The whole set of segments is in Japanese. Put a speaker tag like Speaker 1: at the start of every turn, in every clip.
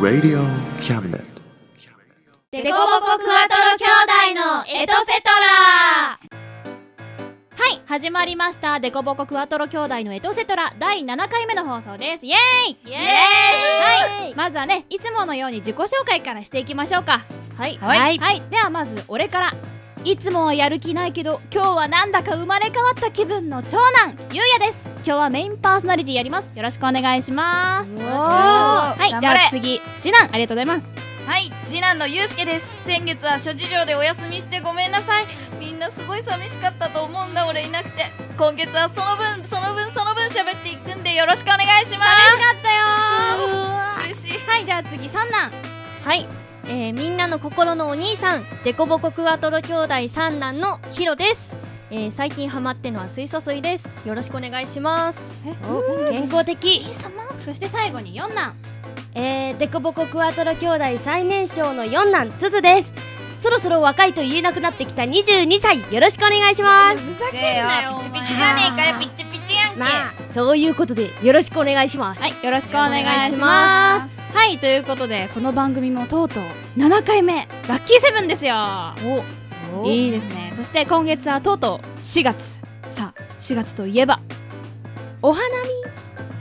Speaker 1: Radio Cabinet.
Speaker 2: デコボコクワトロ兄弟のエトセトラはい、始まりました。デコボコクワトロ兄弟のエトセトラ第7回目の放送です。イエーイイエーイはい、まずはね、いつものように自己紹介からしていきましょうか。はい、
Speaker 3: はい
Speaker 2: はい、ではまず俺から。いつもはやる気ないけど、今日はなんだか生まれ変わった気分の長男、ゆうやです。今日はメインパーソナリティやります。よろしくお願いします。
Speaker 3: よろしく
Speaker 2: はい、
Speaker 3: 頑
Speaker 2: で
Speaker 3: 張
Speaker 2: は
Speaker 3: れ
Speaker 2: 次、次男、ありがとうございます。
Speaker 3: はい、次男のゆうすけです。先月は諸事情でお休みしてごめんなさい。みんなすごい寂しかったと思うんだ、俺いなくて。今月はその分、その分、その分喋っていくんでよろしくお願いしま
Speaker 2: あったよー
Speaker 3: す。嬉しい。
Speaker 2: はい、じゃあ次三男。
Speaker 4: はい、えー、みんなの心のお兄さんデコボコクワトロ兄弟三男のヒロです、えー、最近ハマってのは水素水ですよろしくお願いします
Speaker 5: 健康的
Speaker 2: そして最後に四男。
Speaker 5: えー、デコボコクワトロ兄弟最年少の四男つつですそろそろ若いと言えなくなってきた22歳よろしくお願いします
Speaker 3: せーよ、ピチピチじゃねえかよ、ピッチピチやんけ。
Speaker 5: まあそういうことでよろしくお願いします
Speaker 2: はい、よろしくお願いします。はい、ということで、この番組もとうとう七回目、ラッキーセブンですよ。お、いいですね。そして今月はとうとう四月。さあ、四月といえば。お花見。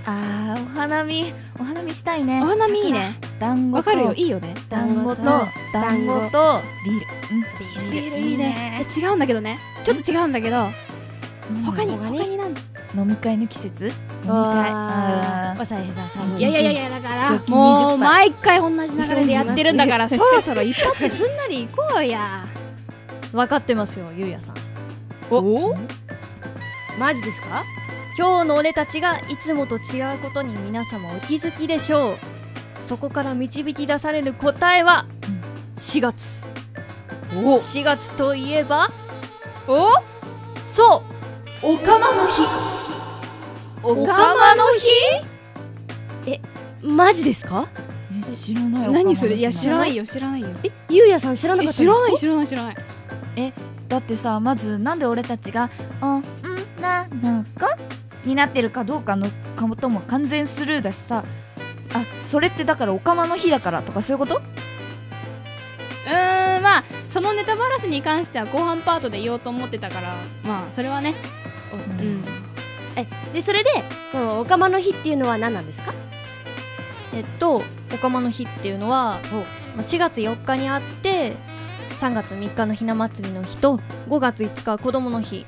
Speaker 3: あー、お花見、お花見したいね
Speaker 2: お花見いい。ね。
Speaker 3: 団
Speaker 2: わかるよ、いいよね。
Speaker 3: 団子と、
Speaker 5: 団子
Speaker 3: と、ビ
Speaker 2: ビールいいね。え違うんだけどね。ちょっと違うんだけど、
Speaker 3: ール
Speaker 2: 他に、
Speaker 5: うん
Speaker 2: 他になんだ。
Speaker 3: 飲み会の季節飲み会
Speaker 5: わ
Speaker 3: あ
Speaker 5: ーお財布が寒
Speaker 2: いやいやいやいや、だから
Speaker 3: 直、近20
Speaker 2: もう
Speaker 3: 杯
Speaker 2: 毎回同じ流れでやってるんだから、 そろそろ一発ですんなり行こうや。
Speaker 4: わかってますよゆうやさん
Speaker 5: おマジですか
Speaker 4: 今日の俺たちがいつもと違うことに皆様お気づきでしょうそこから導き出される答えは4月4月といえば
Speaker 2: お
Speaker 4: そうおかまの日おかまの日
Speaker 5: マジですか
Speaker 3: ーえ知らないお
Speaker 2: 何
Speaker 3: 釜
Speaker 2: それいや
Speaker 3: の日
Speaker 2: 知らないよ知らないよ
Speaker 5: えゆうやさん知らなかったんですか
Speaker 2: 知らない知らない
Speaker 3: だってさまずなんで俺たちが「おんなの子」になってるかどうかのことも完全スルーだしさあそれってだからお釜の日だからとかそういうこと
Speaker 2: うーんまあそのネタバラシに関しては後半パートで言おうと思ってたからまあそれはねうん
Speaker 5: でそれでこのおかまの日っていうのは何なんですか
Speaker 4: えっと、おかまの日っていうのは、まあ4月4日にあって、3月3日のひな祭りの日と、5月5日は子供の日。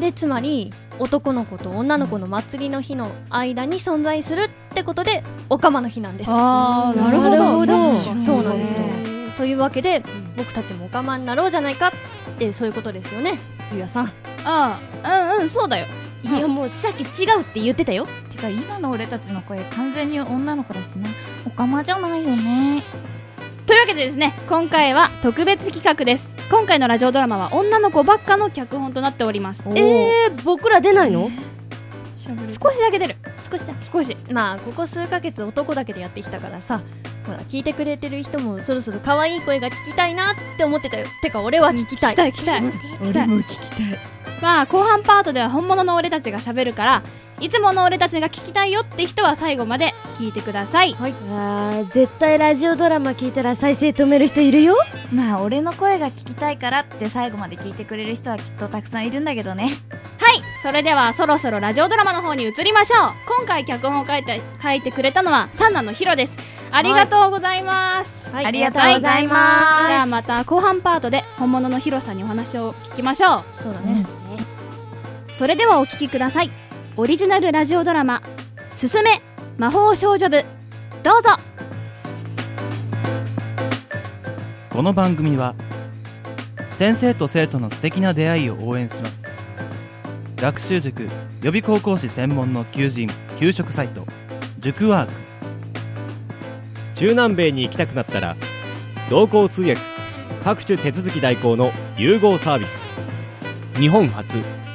Speaker 4: で、つまり、男の子と女の子の祭りの日の間に存在するってことで、おかまの日なんです。
Speaker 2: あ
Speaker 3: ーなるほど
Speaker 4: そうなんですよ
Speaker 2: へ
Speaker 4: というわけで、僕たちもおかまになろうじゃないかって、そういうことですよね、ゆうやさん。
Speaker 2: ああうんうんそうだよ
Speaker 5: いやもうさっき違うって言ってたよ
Speaker 3: てか今の俺たちの声完全に女の子だしなお釜じゃないよね
Speaker 2: というわけでですね今回は特別企画です今回のラジオドラマは女の子ばっかの脚本となっております
Speaker 3: お
Speaker 5: えー、僕ら出ないの
Speaker 2: 少しだけ出る少しだ少し
Speaker 4: まあ、ここ数ヶ月男だけでやってきたからさ、ほら、聞いてくれてる人もそろそろ可愛い声が聞きたいなって思ってたよ。てか、俺は聞きたい。
Speaker 2: 聞きたい
Speaker 3: 俺
Speaker 2: たい
Speaker 3: も聞きたい
Speaker 2: まあ後半パートでは本物の俺たちが喋るからいつもの俺たちが聞きたいよって人は最後まで聞いてください
Speaker 5: あー絶対ラジオドラマ聞いたら再生止める人いるよ
Speaker 3: まあ俺の声が聞きたいからって最後まで聞いてくれる人はきっとたくさんいるんだけどね
Speaker 2: はいそれではそろそろラジオドラマの方に移りましょう今回脚本を書いて書いてくれたのは三男のヒロですありがとうございます、
Speaker 4: はい
Speaker 3: ありがとうございます
Speaker 2: ではまた後半パートで本物のヒロさんにお話を聞きましょう
Speaker 4: そうだね。
Speaker 2: それではお聞きくださいオリジナルラジオドラマ「すすめ魔法少女部」どうぞ
Speaker 6: この番組は先生と生徒の素敵な出会いを応援します学習塾予備高校士専門の求人・給食サイト塾ワーク
Speaker 7: 中南米に行きたくなったら同行通訳各種手続き代行の融合サービス
Speaker 8: 日本初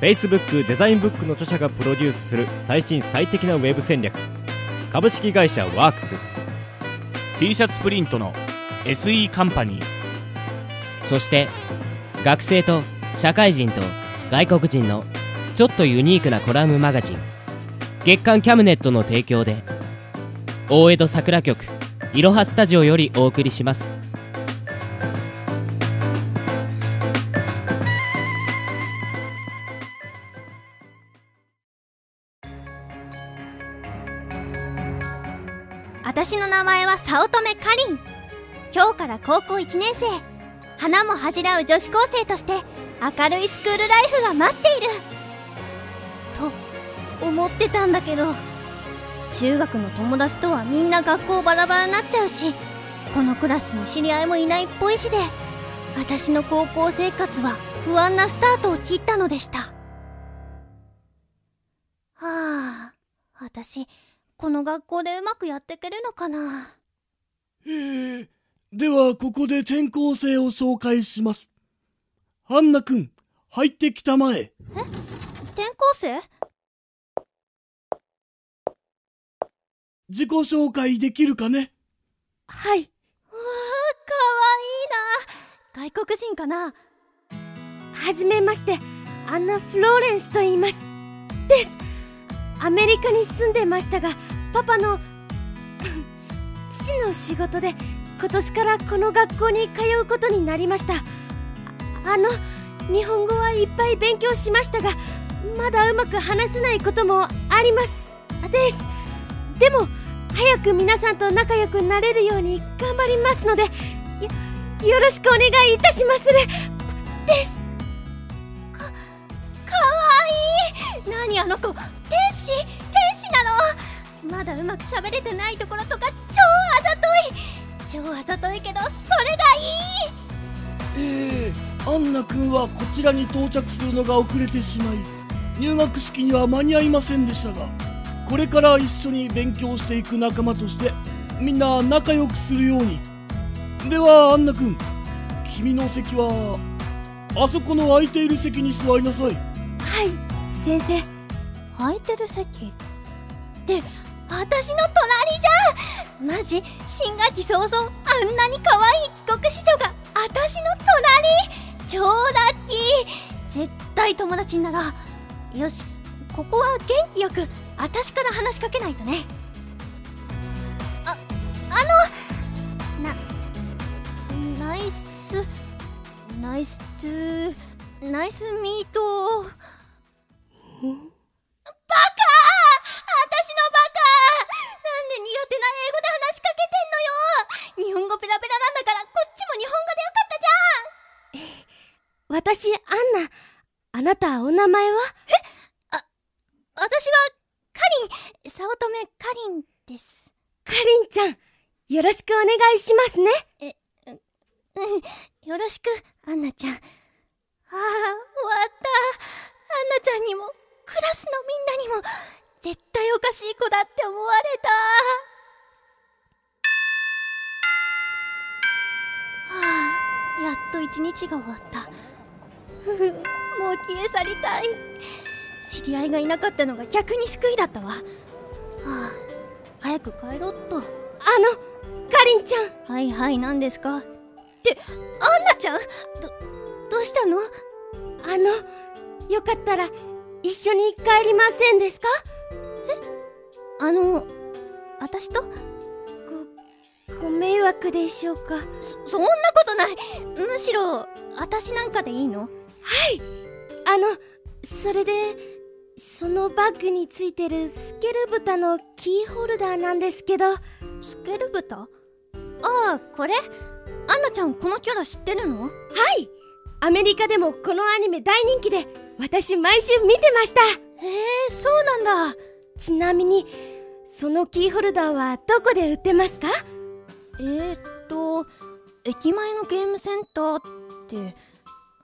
Speaker 7: Facebook デザインブックの著者がプロデュースする最新最適なウェブ戦略。株式会社ワークス。
Speaker 8: T シャツプリントの SE カンパニー
Speaker 9: そして学生と社会人と外国人のちょっとユニークなコラムマガジン月刊キャムネットの提供で大江戸桜局いろはスタジオよりお送りします
Speaker 10: 私の名前は早乙女かりん今日から高校1年生花も恥じらう女子高生として明るいスクールライフが待っていると思ってたんだけど中学の友達とはみんな学校バラバラになっちゃうしこのクラスに知り合いもいないっぽいしで私の高校生活は不安なスタートを切ったのでしたはあ私この学校でうまくやっていけるのかな
Speaker 11: えーではここで転校生を紹介します。ハンナ君、入ってきたまえ。
Speaker 10: 転校生
Speaker 11: 自己紹介できるかね
Speaker 10: はい。わあ、かわいいな。外国人かな
Speaker 5: はじめましてアンナ・フローレンスと言いますですアメリカに住んでましたがパパの 父の仕事で今年からこの学校に通うことになりましたああの日本語はいっぱい勉強しましたがまだうまく話せないこともありますですでも早く皆さんと仲良くなれるように頑張りますのでよよろしくお願いいたしまするです
Speaker 10: かわいい何あの子天使天使なのまだうまく喋れてないところとか超あざとい超あざといけどそれがいい
Speaker 11: えー、アンナ君はこちらに到着するのが遅れてしまい、入学式には間に合いませんでしたが、これから一緒に勉強していく仲間として、みんな仲良くするように。では、アンナ君、君の席は、あそこの空いている席に座りなさい。
Speaker 5: はい先生
Speaker 10: 空いてる席で私の隣じゃんマジ新学期早々あんなに可愛い帰国子女が私の隣超ラッキー絶対友達になろうよしここは元気よく私から話しかけないとねああのなナイスナイストゥーナイスミートバカ私のバカなんで苦手な英語で話しかけてんのよ日本語ペラペラなんだからこっちも日本語でよかったじ
Speaker 5: 私アンナあなたお名前は
Speaker 10: ゃん私はカリン早乙女カリンです
Speaker 5: かりんちゃんよろしくお願いしますね
Speaker 10: うんよろしくアンナちゃんああ終わったアンナちゃんにもクラスのみんなにも絶対おかしい子だって思われたはあやっと一日が終わったふふもう消え去りたい知り合いがいなかったのが逆に救いだったわはあ早く帰ろっと
Speaker 5: あのかりんちゃん
Speaker 10: はいはい何ですかってアンナちゃんどどうしたの
Speaker 5: あのよかったら一緒に帰りませんですか
Speaker 10: あの私と
Speaker 5: ご迷惑でしょうか
Speaker 10: そそんなことないむしろ私なんかでいいの
Speaker 5: あのそれでそのバッグについてるスケルブタのキーホルダーなんですけどあ
Speaker 10: スケルブタああこれアンナちゃんこのキャラ知ってるの
Speaker 5: アメリカでもこのアニメ大人気で私毎週見てました
Speaker 10: へえそうなんだ
Speaker 5: ちなみにそのキーホルダーはどこで売ってますか
Speaker 10: えー、っと駅前のゲームセンターって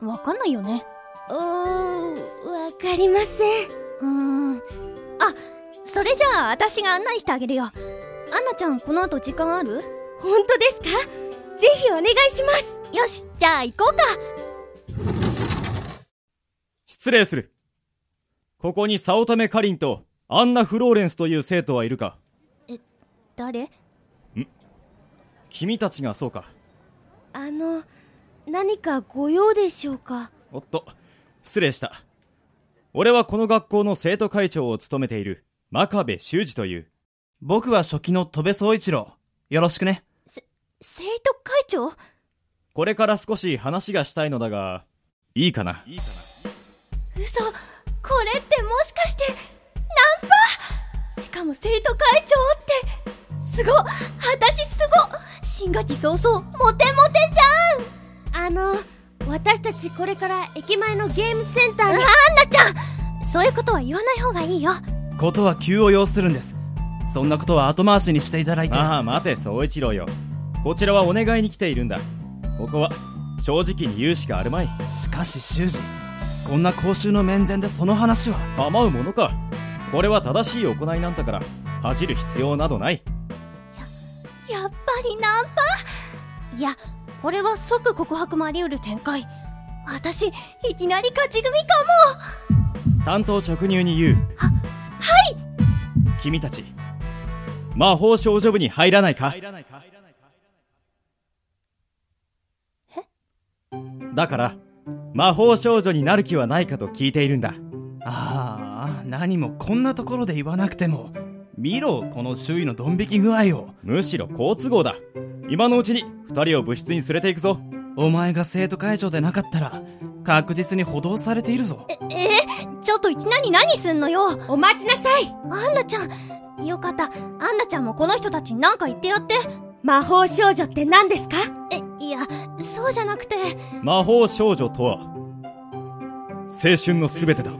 Speaker 10: わかんないよね
Speaker 5: おーわかりません
Speaker 10: うーんあそそれじゃあ私が案内してあげるよアンナちゃんこの後時間ある
Speaker 5: 本当ですかぜひお願いします
Speaker 10: よしじゃあ行こうか
Speaker 7: 失礼するここに早乙女かりんとアンナ・フローレンスという生徒はいるか
Speaker 10: 誰
Speaker 7: 君たちがそうか
Speaker 5: あの何かご用でしょうか
Speaker 7: おっと失礼した俺はこの学校の生徒会長を務めている真壁修二という
Speaker 6: 僕は初期の戸部総一郎よろしくね
Speaker 10: 生徒会長
Speaker 7: これから少し話がしたいのだがいいかな
Speaker 10: 嘘これってもしかしてナンパしかも生徒会長ってすご私すご新学期早々モテモテじ
Speaker 5: ゃんあの私たちこれから駅前のゲームセンター
Speaker 10: あん
Speaker 5: に
Speaker 10: なちゃんそういうことは言わない方がいいよ
Speaker 6: ことは急を要するんですそんなことは後回しにしていただいて
Speaker 7: ああ待て総一郎よこちらはお願いに来ているんだここは正直に言うしかあるまい
Speaker 6: しかし修二こんな公衆の面前でその話は
Speaker 7: 構うものかこれは正しい行いなんだから恥じる必要などない
Speaker 10: やっぱりナンパいやこれは即告白もあり得る展開私いきなり勝ち組かも
Speaker 7: 担当直入に言う
Speaker 10: はい
Speaker 7: 君たち魔法少女部に入らないかだから魔法少女になる気はないかと聞いているんだ
Speaker 6: ああ何もこんなところで言わなくても見ろこの周囲のドン引き具合を
Speaker 7: むしろ好都合だ今のうちに2人を部室に連れて行くぞ
Speaker 6: お前が生徒会長でなかったら確実に補導されているぞ
Speaker 10: えー、ちょっといきなり何すんのよ
Speaker 5: お待ちなさい
Speaker 10: アンナちゃんよかったアンナちゃんもこの人たちに何か言ってやって
Speaker 5: 魔法少女って何ですか
Speaker 10: えいやそうじゃなくて
Speaker 7: 魔法少女とは青春のすべてだ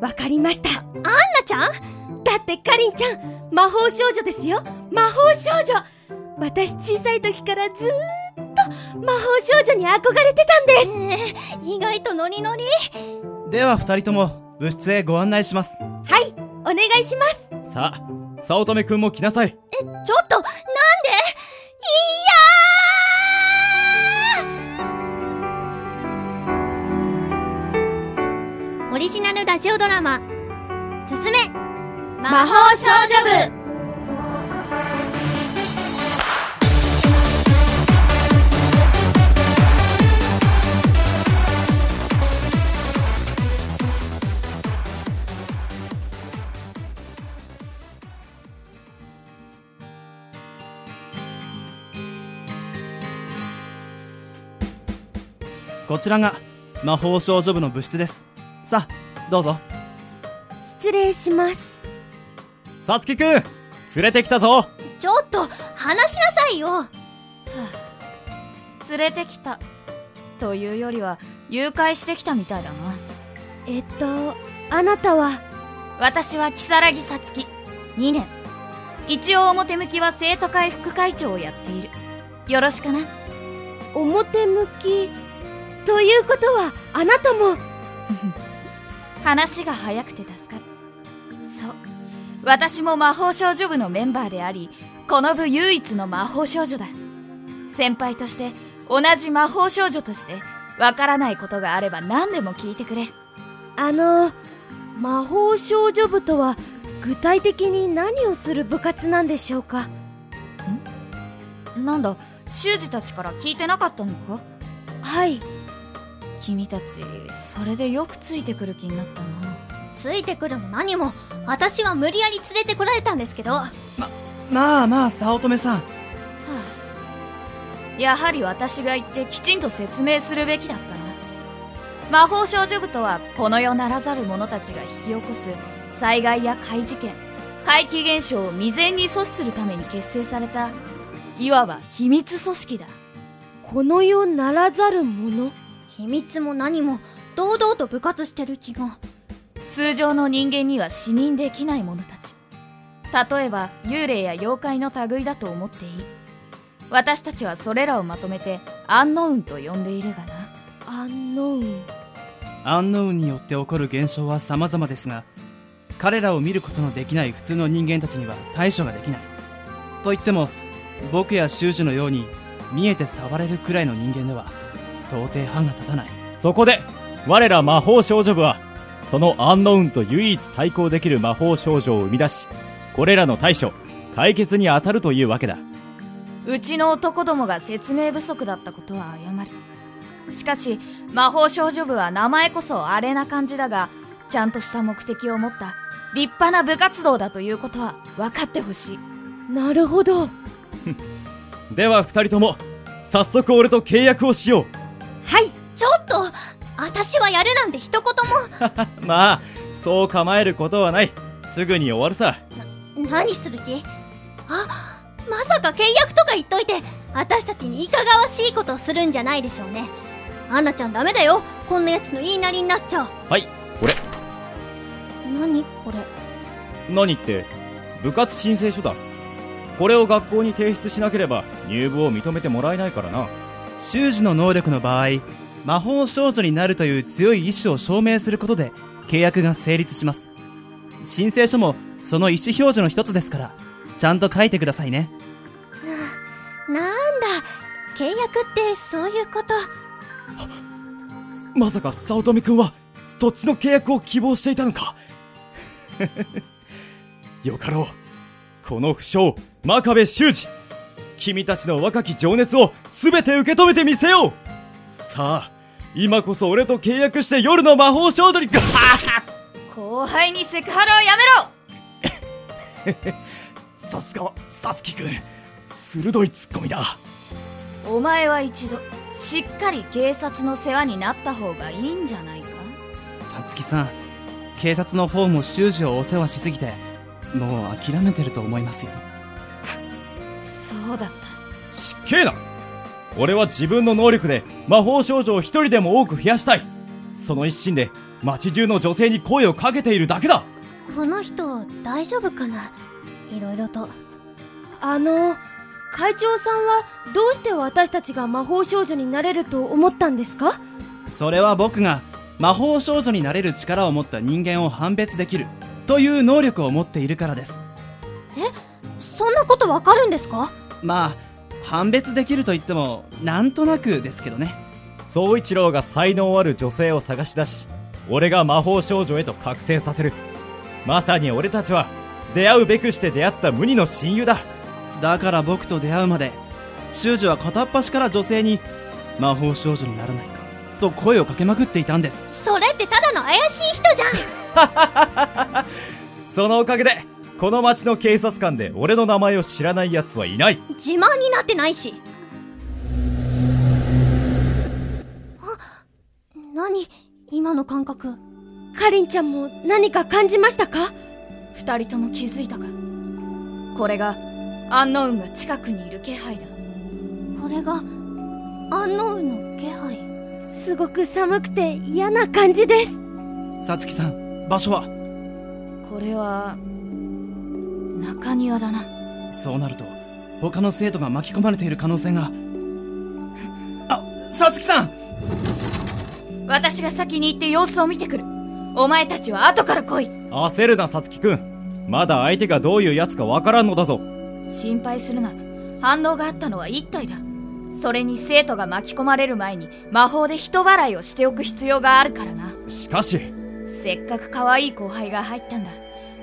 Speaker 5: わかりましたア
Speaker 10: ンナちゃん
Speaker 5: だってかりんちゃん魔法少女ですよ魔法少女私小さい時からずーっと魔法少女に憧れてたん
Speaker 10: です、えー、意外とノリノリ
Speaker 6: では2人とも部室へご案内します
Speaker 5: はいお願いします
Speaker 7: さあ早乙女くんも来なさい
Speaker 10: えちょっとなんでいやオリジナルラジオドラマ「すすめ
Speaker 5: 魔法少女部」
Speaker 6: こちらが魔法少女部の部室ですさあどうぞ
Speaker 5: 失礼します
Speaker 7: さつきくん連れてきたぞ
Speaker 10: ちょっと話しなさいよ、は
Speaker 3: あ、連れてきたというよりは誘拐してきたみたいだな
Speaker 5: えっとあなたは
Speaker 3: 私は如月さつき2年一応表向きは生徒会副会長をやっているよろしくな
Speaker 5: 表向きということはあなたも
Speaker 3: 話が早くて助かるそう私も魔法少女部のメンバーでありこの部唯一の魔法少女だ先輩として同じ魔法少女としてわからないことがあれば何でも聞いてくれ
Speaker 5: あの魔法少女部とは具体的に何をする部活なんでしょうか
Speaker 3: んなんだ修二たちから聞いてなかったのか
Speaker 5: はい
Speaker 3: 君たちそれでよくついてくる気になったな
Speaker 10: ついてくるも何も私は無理やり連れてこられたんですけどま
Speaker 6: まあまあ早乙女さん
Speaker 3: やはり私が言ってきちんと説明するべきだったな魔法少女部とはこの世ならざる者たちが引き起こす災害や怪事件怪奇現象を未然に阻止するために結成されたいわば秘密組織だ
Speaker 5: この世ならざる者
Speaker 10: 秘密も何も堂々と部活してる気が
Speaker 3: 通常の人間には視認できない者たち例えば幽霊や妖怪の類だと思っていい私たちはそれらをまとめてアンノウンと呼んでいるがな
Speaker 5: アンノウン
Speaker 6: アンノウンによって起こる現象は様々ですが彼らを見ることのできない普通の人間たちには対処ができないと言っても僕や修士のように見えて触れるくらいの人間では到底歯が立たない
Speaker 7: そこで我ら魔法少女部はそのアンノウンと唯一対抗できる魔法少女を生み出しこれらの対処解決に当たるというわけだ
Speaker 3: うちの男どもが説明不足だったことは謝るしかし魔法少女部は名前こそあれな感じだがちゃんとした目的を持った立派な部活動だということは分かってほしいなるほど
Speaker 7: では二人とも早速俺と契約をしよ
Speaker 10: はいちょっと私はやるなんて一言
Speaker 7: うまあそう構えることはないすぐに終わるさ
Speaker 10: も何する気あまさか契約とか言っといて私たちにいかがわしいことをするんじゃないでしょうねアンナちゃんダメだよこんなやつの言いなりになっちゃう
Speaker 7: はいこれ
Speaker 10: 何これ
Speaker 7: 何って部活申請書だこれを学校に提出しなければ入部を認めてもらえないからな
Speaker 6: 修士の能力の場合魔法少女になるという強い意志を証明することで契約が成立します申請書もその意思表示の一つですからちゃんと書いてくださいね
Speaker 10: なんだ契約ってそういうこと
Speaker 7: まさか早乙女君はそっちの契約を希望していたのか よかろうこの不詳真壁修二君たちの若き情熱を全て受け止めてみせようさあ今こそ俺と契約して夜の魔法少女に
Speaker 3: 後輩にセクハラをやめろ
Speaker 7: さすがはさつきくん鋭いツッコミだ
Speaker 3: お前は一度しっかり警察の世話になった方がいいんじゃないか
Speaker 6: さつきさん警察の方も修士をお世話しすぎてもう諦めてると思いますよ
Speaker 3: そうだった
Speaker 7: 失敬な俺は自分の能力で魔法少女を一人でも多く増やしたいその一心で街中の女性に声をかけているだけだ
Speaker 10: この人大丈夫かないろいろと
Speaker 5: あの会長さんはどうして私たちが魔法少女になれると思ったんですか
Speaker 6: それは僕が魔法少女になれる力を持った人間を判別できるという能力を持っているからです
Speaker 10: そんなことわかるんですか
Speaker 6: まあ判別できると言ってもなんとなくですけどね
Speaker 7: 宗一郎が才能ある女性を探し出し俺が魔法少女へと覚醒させるまさに俺たちは出会うべくして出会った無二の親友だ
Speaker 6: だから僕と出会うまで修二は片っ端から女性に「魔法少女にならないか」と声をかけまくっていたんです
Speaker 10: それってただの怪しい人じゃん
Speaker 7: そのおかげでこの町の警察官で俺の名前を知らない奴はいない
Speaker 10: 自慢になってないしあ何今の感覚
Speaker 5: かりんちゃんも何か感じましたか
Speaker 3: 二人とも気づいたかこれがアンノウンが近くにいる気配だ
Speaker 10: これがアンノウンの気配
Speaker 5: すごく寒くて嫌な感じです
Speaker 6: さつきさん場所は
Speaker 3: これは中庭だな
Speaker 6: そうなると他の生徒が巻き込まれている可能性があさつきさん
Speaker 3: 私が先に行って様子を見てくるお前たちは後から来い
Speaker 7: 焦るなさつきくんまだ相手がどういう奴かわからんのだぞ
Speaker 3: 心配するな反応があったのは一体だそれに生徒が巻き込まれる前に魔法で人払いをしておく必要があるからな
Speaker 7: しかし
Speaker 3: せっかく可愛い後輩が入ったんだ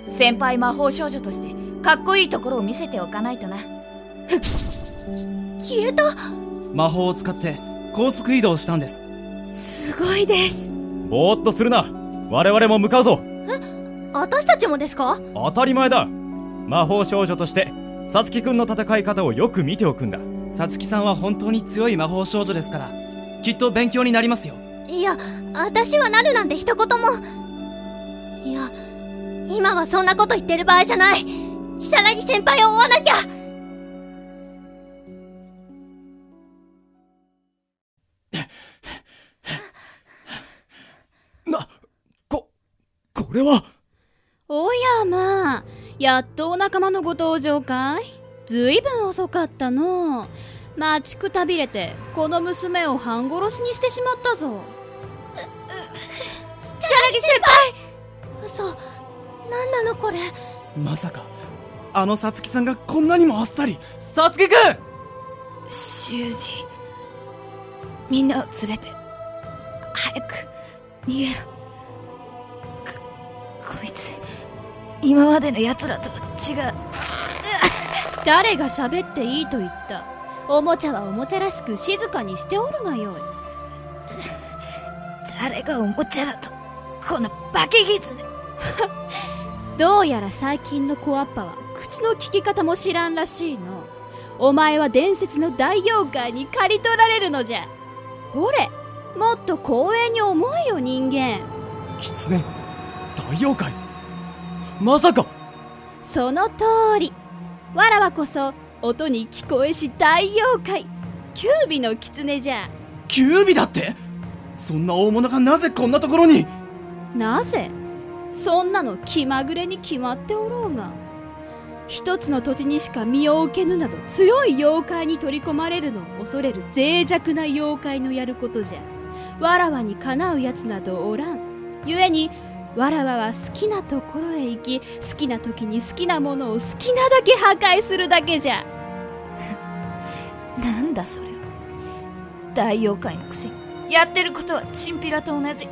Speaker 3: 先輩魔法少女としてかっこいいところを見せておかないとなふっ
Speaker 10: 消えた
Speaker 6: 魔法を使って高速移動したんです
Speaker 5: すごいです
Speaker 7: ぼーっとするな我々も向かうぞ
Speaker 10: 私たちもですか
Speaker 7: 当たり前だ魔法少女としてさつきくんの戦い方をよく見ておくんだ
Speaker 6: さつきさんは本当に強い魔法少女ですからきっと勉強になりますよ
Speaker 10: いや私はなるなんて一言もいや今はそんなこと言ってる場合じゃない如月先輩を追わなきゃ
Speaker 7: これは
Speaker 2: おやまあやっとお仲間のご登場かいずいぶん遅かったの待ちくたびれてこの娘を半殺しにしてしまったぞ
Speaker 10: 如月先輩嘘
Speaker 5: なんなのこれ
Speaker 6: まさかあのさつきさんがこんなにもあっさりさつきくん
Speaker 3: 修二みんなを連れて早く逃げろここいつ今までの奴らとは違う
Speaker 2: 誰が喋っていいと言ったおもちゃはおもちゃらしく静かにしておるがよい
Speaker 3: 誰がおもちゃだとこのバケギズネ
Speaker 2: どうやら最近のコアッパは口の利き方も知らんらしいのお前は伝説の大妖怪に刈り取られるのじゃほれもっと光栄に思えよ人間
Speaker 6: 狐大妖怪まさか
Speaker 2: その通りわらわこそ音に聞こえし大妖怪キュービの狐じゃ
Speaker 6: キュービだってそんな大物がなぜこんなところに
Speaker 2: なぜそんなの気まぐれに決まっておろうが一つの土地にしか身を置けぬなど強い妖怪に取り込まれるのを恐れる脆弱な妖怪のやることじゃわらわにかなうやつなどおらん故にわらわは好きなところへ行き好きな時に好きなものを好きなだけ破壊するだけ じゃ
Speaker 3: なんだそれ大妖怪のくせに
Speaker 12: やってることはチンピラと同じ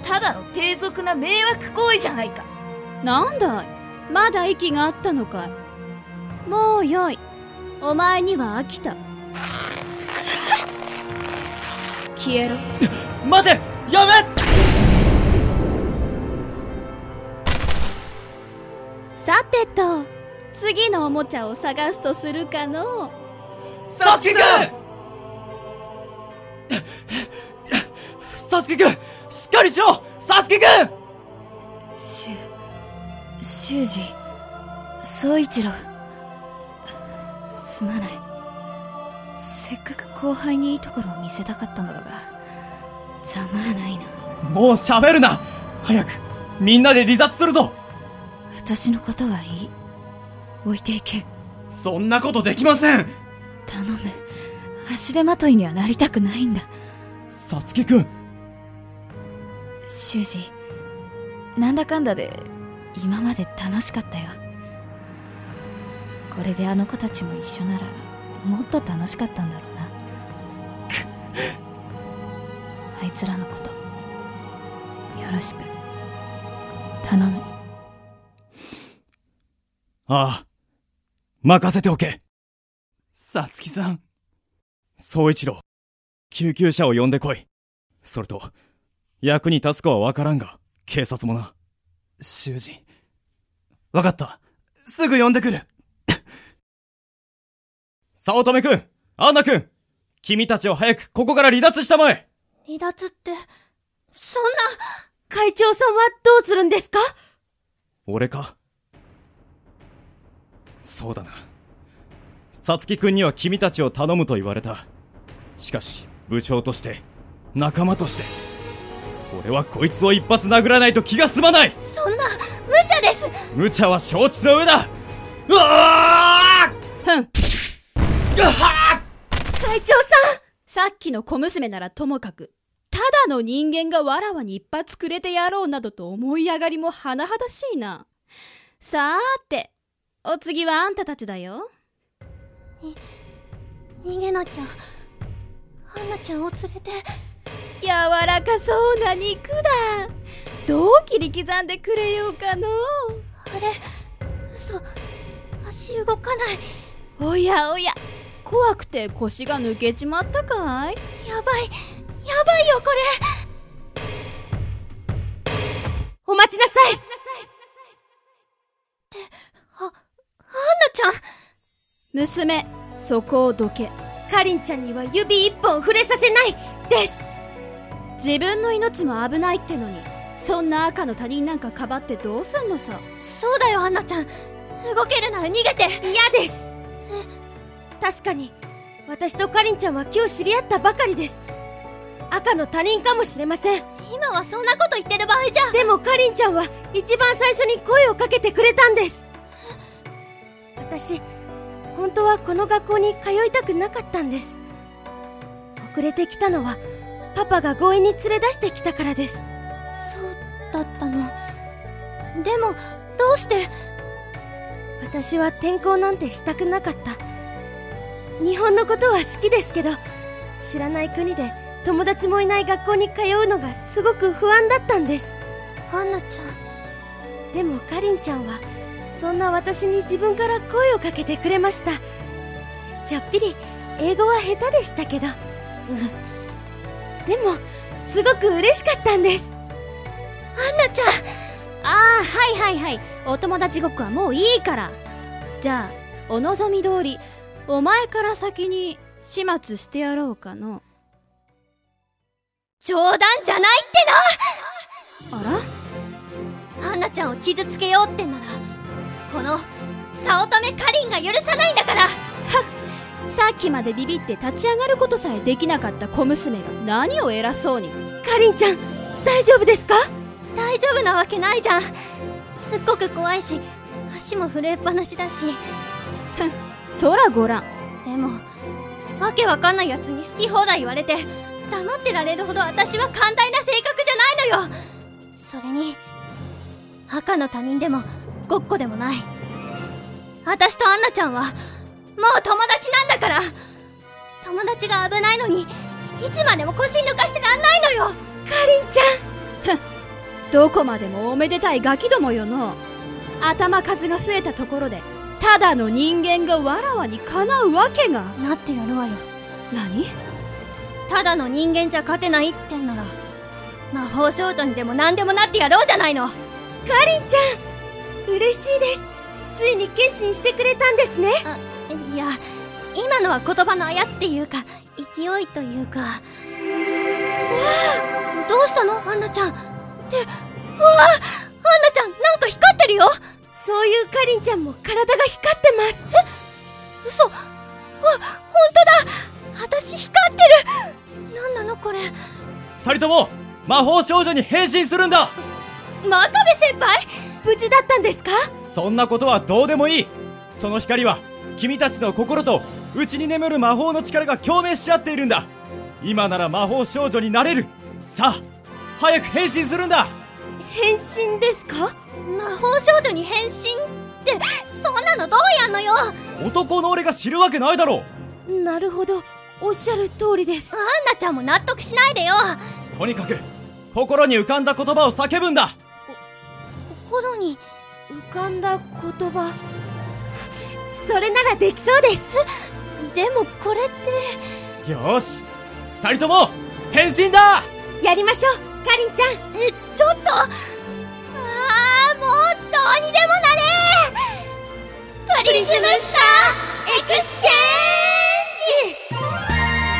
Speaker 12: ただの低俗な迷惑行為じゃないか
Speaker 2: なんだいまだ息があったのかいもうよいお前には飽きた消えろ
Speaker 6: 待てやめ
Speaker 2: さてと次のおもちゃを探すとするかの
Speaker 6: さつきくんさつきくんしっかりしろさつきくん
Speaker 3: しゅ修二宗一郎すまないせっかく後輩にいいところを見せたかったのだがざまあないな
Speaker 6: もう喋るな早くみんなで離脱するぞ
Speaker 3: 私のことはいい置いていけ
Speaker 6: そんなことできません
Speaker 3: 頼む足手まといにはなりたくないんだ
Speaker 6: さつきくん
Speaker 3: 修二なんだかんだで今まで楽しかったよこれであの子たちも一緒ならもっと楽しかったんだろうなあいつらのことよろしく頼む
Speaker 7: ああ、任せておけ。
Speaker 6: さつきさん
Speaker 7: 総一郎、救急車を呼んでこい。それと、役に立つかはわからんが、警察もな。
Speaker 6: 囚人わかったすぐ呼んでくる
Speaker 7: 早乙女くん、アンナくん、君たちを早くここから離脱したまえ。
Speaker 5: 離脱って
Speaker 2: そんな会長さんはどうするんですか
Speaker 7: 俺か。そうだな。さつきくんには君たちを頼むと言われた。しかし、部長として、仲間として、俺はこいつを一発殴らないと気が済まない
Speaker 5: そんな無茶です
Speaker 7: 無茶は承知の上だうわ
Speaker 2: ふん
Speaker 5: 会長
Speaker 2: さんさっきの小娘ならともかくただの人間がわらわに一発くれてやろうなどと思い上がりも甚だしいなさーてお次はあんたたちだよ
Speaker 5: 逃げなきゃアンナちゃんを連れて
Speaker 2: 柔らかそうな肉だどう切り刻んでくれようかの
Speaker 5: あれ嘘足動かない
Speaker 2: おやおや怖くて腰が抜けちまったかい
Speaker 5: やばいやばいよこれ
Speaker 2: お待ちなさい
Speaker 5: アンナちゃん
Speaker 2: 娘そこをどけ
Speaker 5: かりんちゃんには指一本触れさせないです
Speaker 2: 自分の命も危ないってのにそんな赤の他人なんかかばってどうすんのさ
Speaker 5: そうだよアンナちゃん動けるなら逃げて
Speaker 2: 嫌です
Speaker 5: 確かに私とかりんちゃんは今日知り合ったばかりです赤の他人かもしれません今はそんなこと言ってる場合じゃでもかりんちゃんは一番最初に声をかけてくれたんです私本当はこの学校に通いたくなかったんです遅れてきたのはパパが強引に連れ出してきたからですそうだったのでも
Speaker 10: どうして
Speaker 5: 私は転校なんてしたくなかった日本のことは好きですけど知らない国で友達もいない学校に通うのがすごく不安だったんです
Speaker 10: アンナちゃん
Speaker 5: でもかりんちゃんはそんな私に自分から声をかけてくれましたちょっぴり英語は下手でしたけどでもすごく嬉しかったんです
Speaker 10: アンナちゃん
Speaker 5: ああはいはいはいお友達ごっこはもういいから
Speaker 2: じゃあお望み通りお前から先に始末してやろうかの
Speaker 10: 冗談じゃないって
Speaker 2: あ
Speaker 10: のアンナちゃんを傷つけようってんならこの早乙女かりんが許さないんだから
Speaker 2: らさっきまでビビって立ち上がることさえできなかった小娘が何を偉そうに
Speaker 5: かりんちゃん大丈夫ですか
Speaker 10: 大丈夫なわけないじゃんすっごく怖いし足も震えっぱなしだし
Speaker 2: そらごらん
Speaker 10: でもわけわかんないやつに好き放題言われて黙ってられるほど私は寛大な性格じゃないのよそれに赤の他人でもごっこでもない私とアンナちゃんはもう友達なんだから友達が危ないのにいつまでも腰抜かしてらんないのよか
Speaker 5: りんちゃん
Speaker 2: どこまでもおめでたいガキどもよの頭数が増えたところでただの人間がわらわにかなうわけが
Speaker 10: なってやるわよ
Speaker 2: 何
Speaker 10: ただの人間じゃ勝てないってんなら魔法少女にでも何でもなってやろうじゃないのか
Speaker 5: りんちゃん嬉しいですついに決心してくれたんですね
Speaker 10: いや今のは言葉のあやっていうか勢いというかわあどうしたのアンナちゃんってうわあアンナちゃんなんか光ってるよ
Speaker 5: そういうかりんちゃんも体が光ってます
Speaker 10: え嘘わ本当だ私光ってるなんなのこれ
Speaker 7: 二人とも魔法少女に変身するんだ
Speaker 10: 真壁先輩
Speaker 5: 無事だったんですか
Speaker 7: そんなことはどうでもいいその光は君たちの心とうちに眠る魔法の力が共鳴し合っているんだ今なら魔法少女になれるさあ早く変身するんだ
Speaker 5: 変身ですか
Speaker 10: 魔法少女に変身ってそんなのどうやんのよ
Speaker 7: 男の俺が知るわけないだろ
Speaker 5: なるほどおっしゃる通りです
Speaker 10: アンナちゃんも納得しないでよ
Speaker 7: うとにかく心に浮かんだ言葉を叫ぶんだ
Speaker 10: 心に
Speaker 5: 浮かんだ言葉それならできそうです
Speaker 10: でもこれって
Speaker 7: よーし二人とも変身だ
Speaker 5: やりましょうかりんちゃん
Speaker 10: えちょっとああもうどうにでもなれプリズムスターエクスチェンジ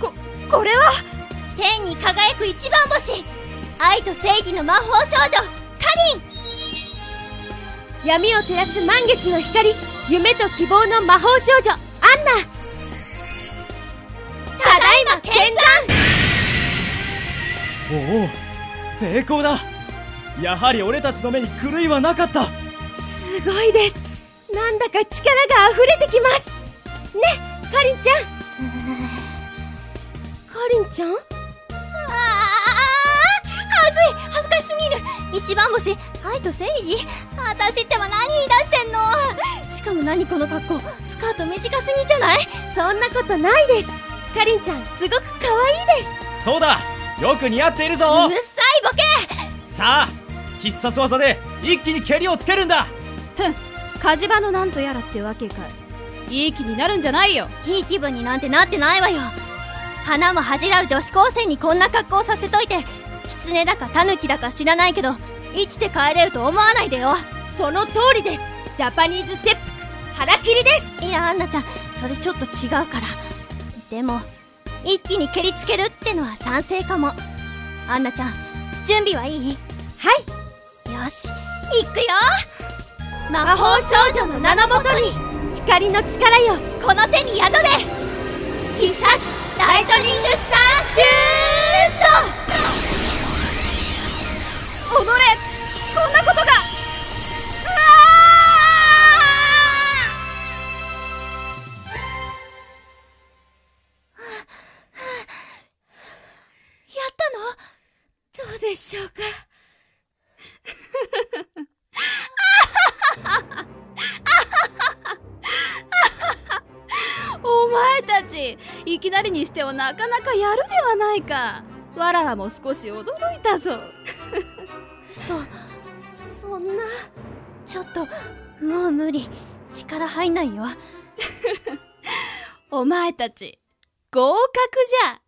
Speaker 5: ここれは
Speaker 10: 天に輝く一番星愛と正義の魔法少女カリン
Speaker 5: 闇を照らす満月の光夢と希望の魔法少女アンナ
Speaker 10: ただいま見
Speaker 7: おお成功だやはり俺たちの目に狂いはなかった
Speaker 5: すごいですなんだか力が溢れてきますねかりんちゃんかりんちゃん
Speaker 10: ああー恥ずい恥ずかしすぎる一番星愛と正義私っては何言い出してんのしかも何この格好スカート短すぎじゃない
Speaker 5: そんなことないですかりんちゃんすごく可愛いです
Speaker 7: そうだよく似合っているぞ
Speaker 10: うっさいボケ
Speaker 7: さあ必殺技で一気に蹴りをつけるんだ
Speaker 2: ふん火事場のなんとやらってわけかいいい気になるんじゃないよ
Speaker 10: いい気分になんてなってないわよ花も恥じらう女子高生にこんな格好させといて狐だかタヌキだか知らないけど生きて帰れると思わないでよ
Speaker 5: その通りですジャパニーズ切腹腹切りです
Speaker 10: いやアンナちゃんそれちょっと違うからでも一気に蹴りつけるってのは賛成かもアンナちゃん準備はいいはいよし行くよ魔法少女の名のもとに
Speaker 5: 光の力よ
Speaker 10: この手に宿れ必殺ライトニングスターシュートおのれこんなことがうわー
Speaker 5: しょうか
Speaker 2: お前たちいきなりにしてはなかなかやるではないかわらわも少し驚いたぞ
Speaker 10: そそんなちょっともう無理力入んないよ
Speaker 2: お前たち合格じゃ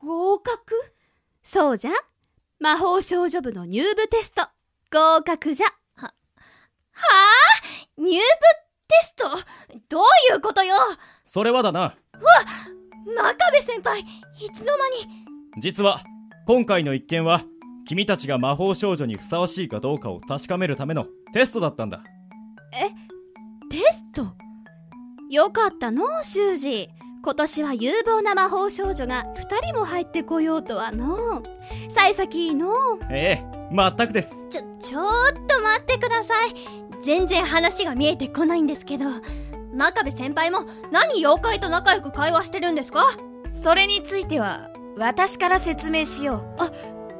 Speaker 2: 合格そうじゃ魔法少女部の入部テスト合格じゃは
Speaker 10: はあ入部テストどういうことよ
Speaker 7: それはだな
Speaker 10: うわ真壁先輩いつの間に
Speaker 7: 実は今回の一件は君たちが魔法少女にふさわしいかどうかを確かめるためのテストだったんだ
Speaker 2: えテストよかったのう修二今年は有望な魔法少女が2人も入ってこようとはのう幸先いいのう
Speaker 7: ええ全くです
Speaker 10: ちょちょっと待ってください全然話が見えてこないんですけど真壁先輩も何妖怪と仲良く会話してるんですか
Speaker 3: それについては私から説明しようあ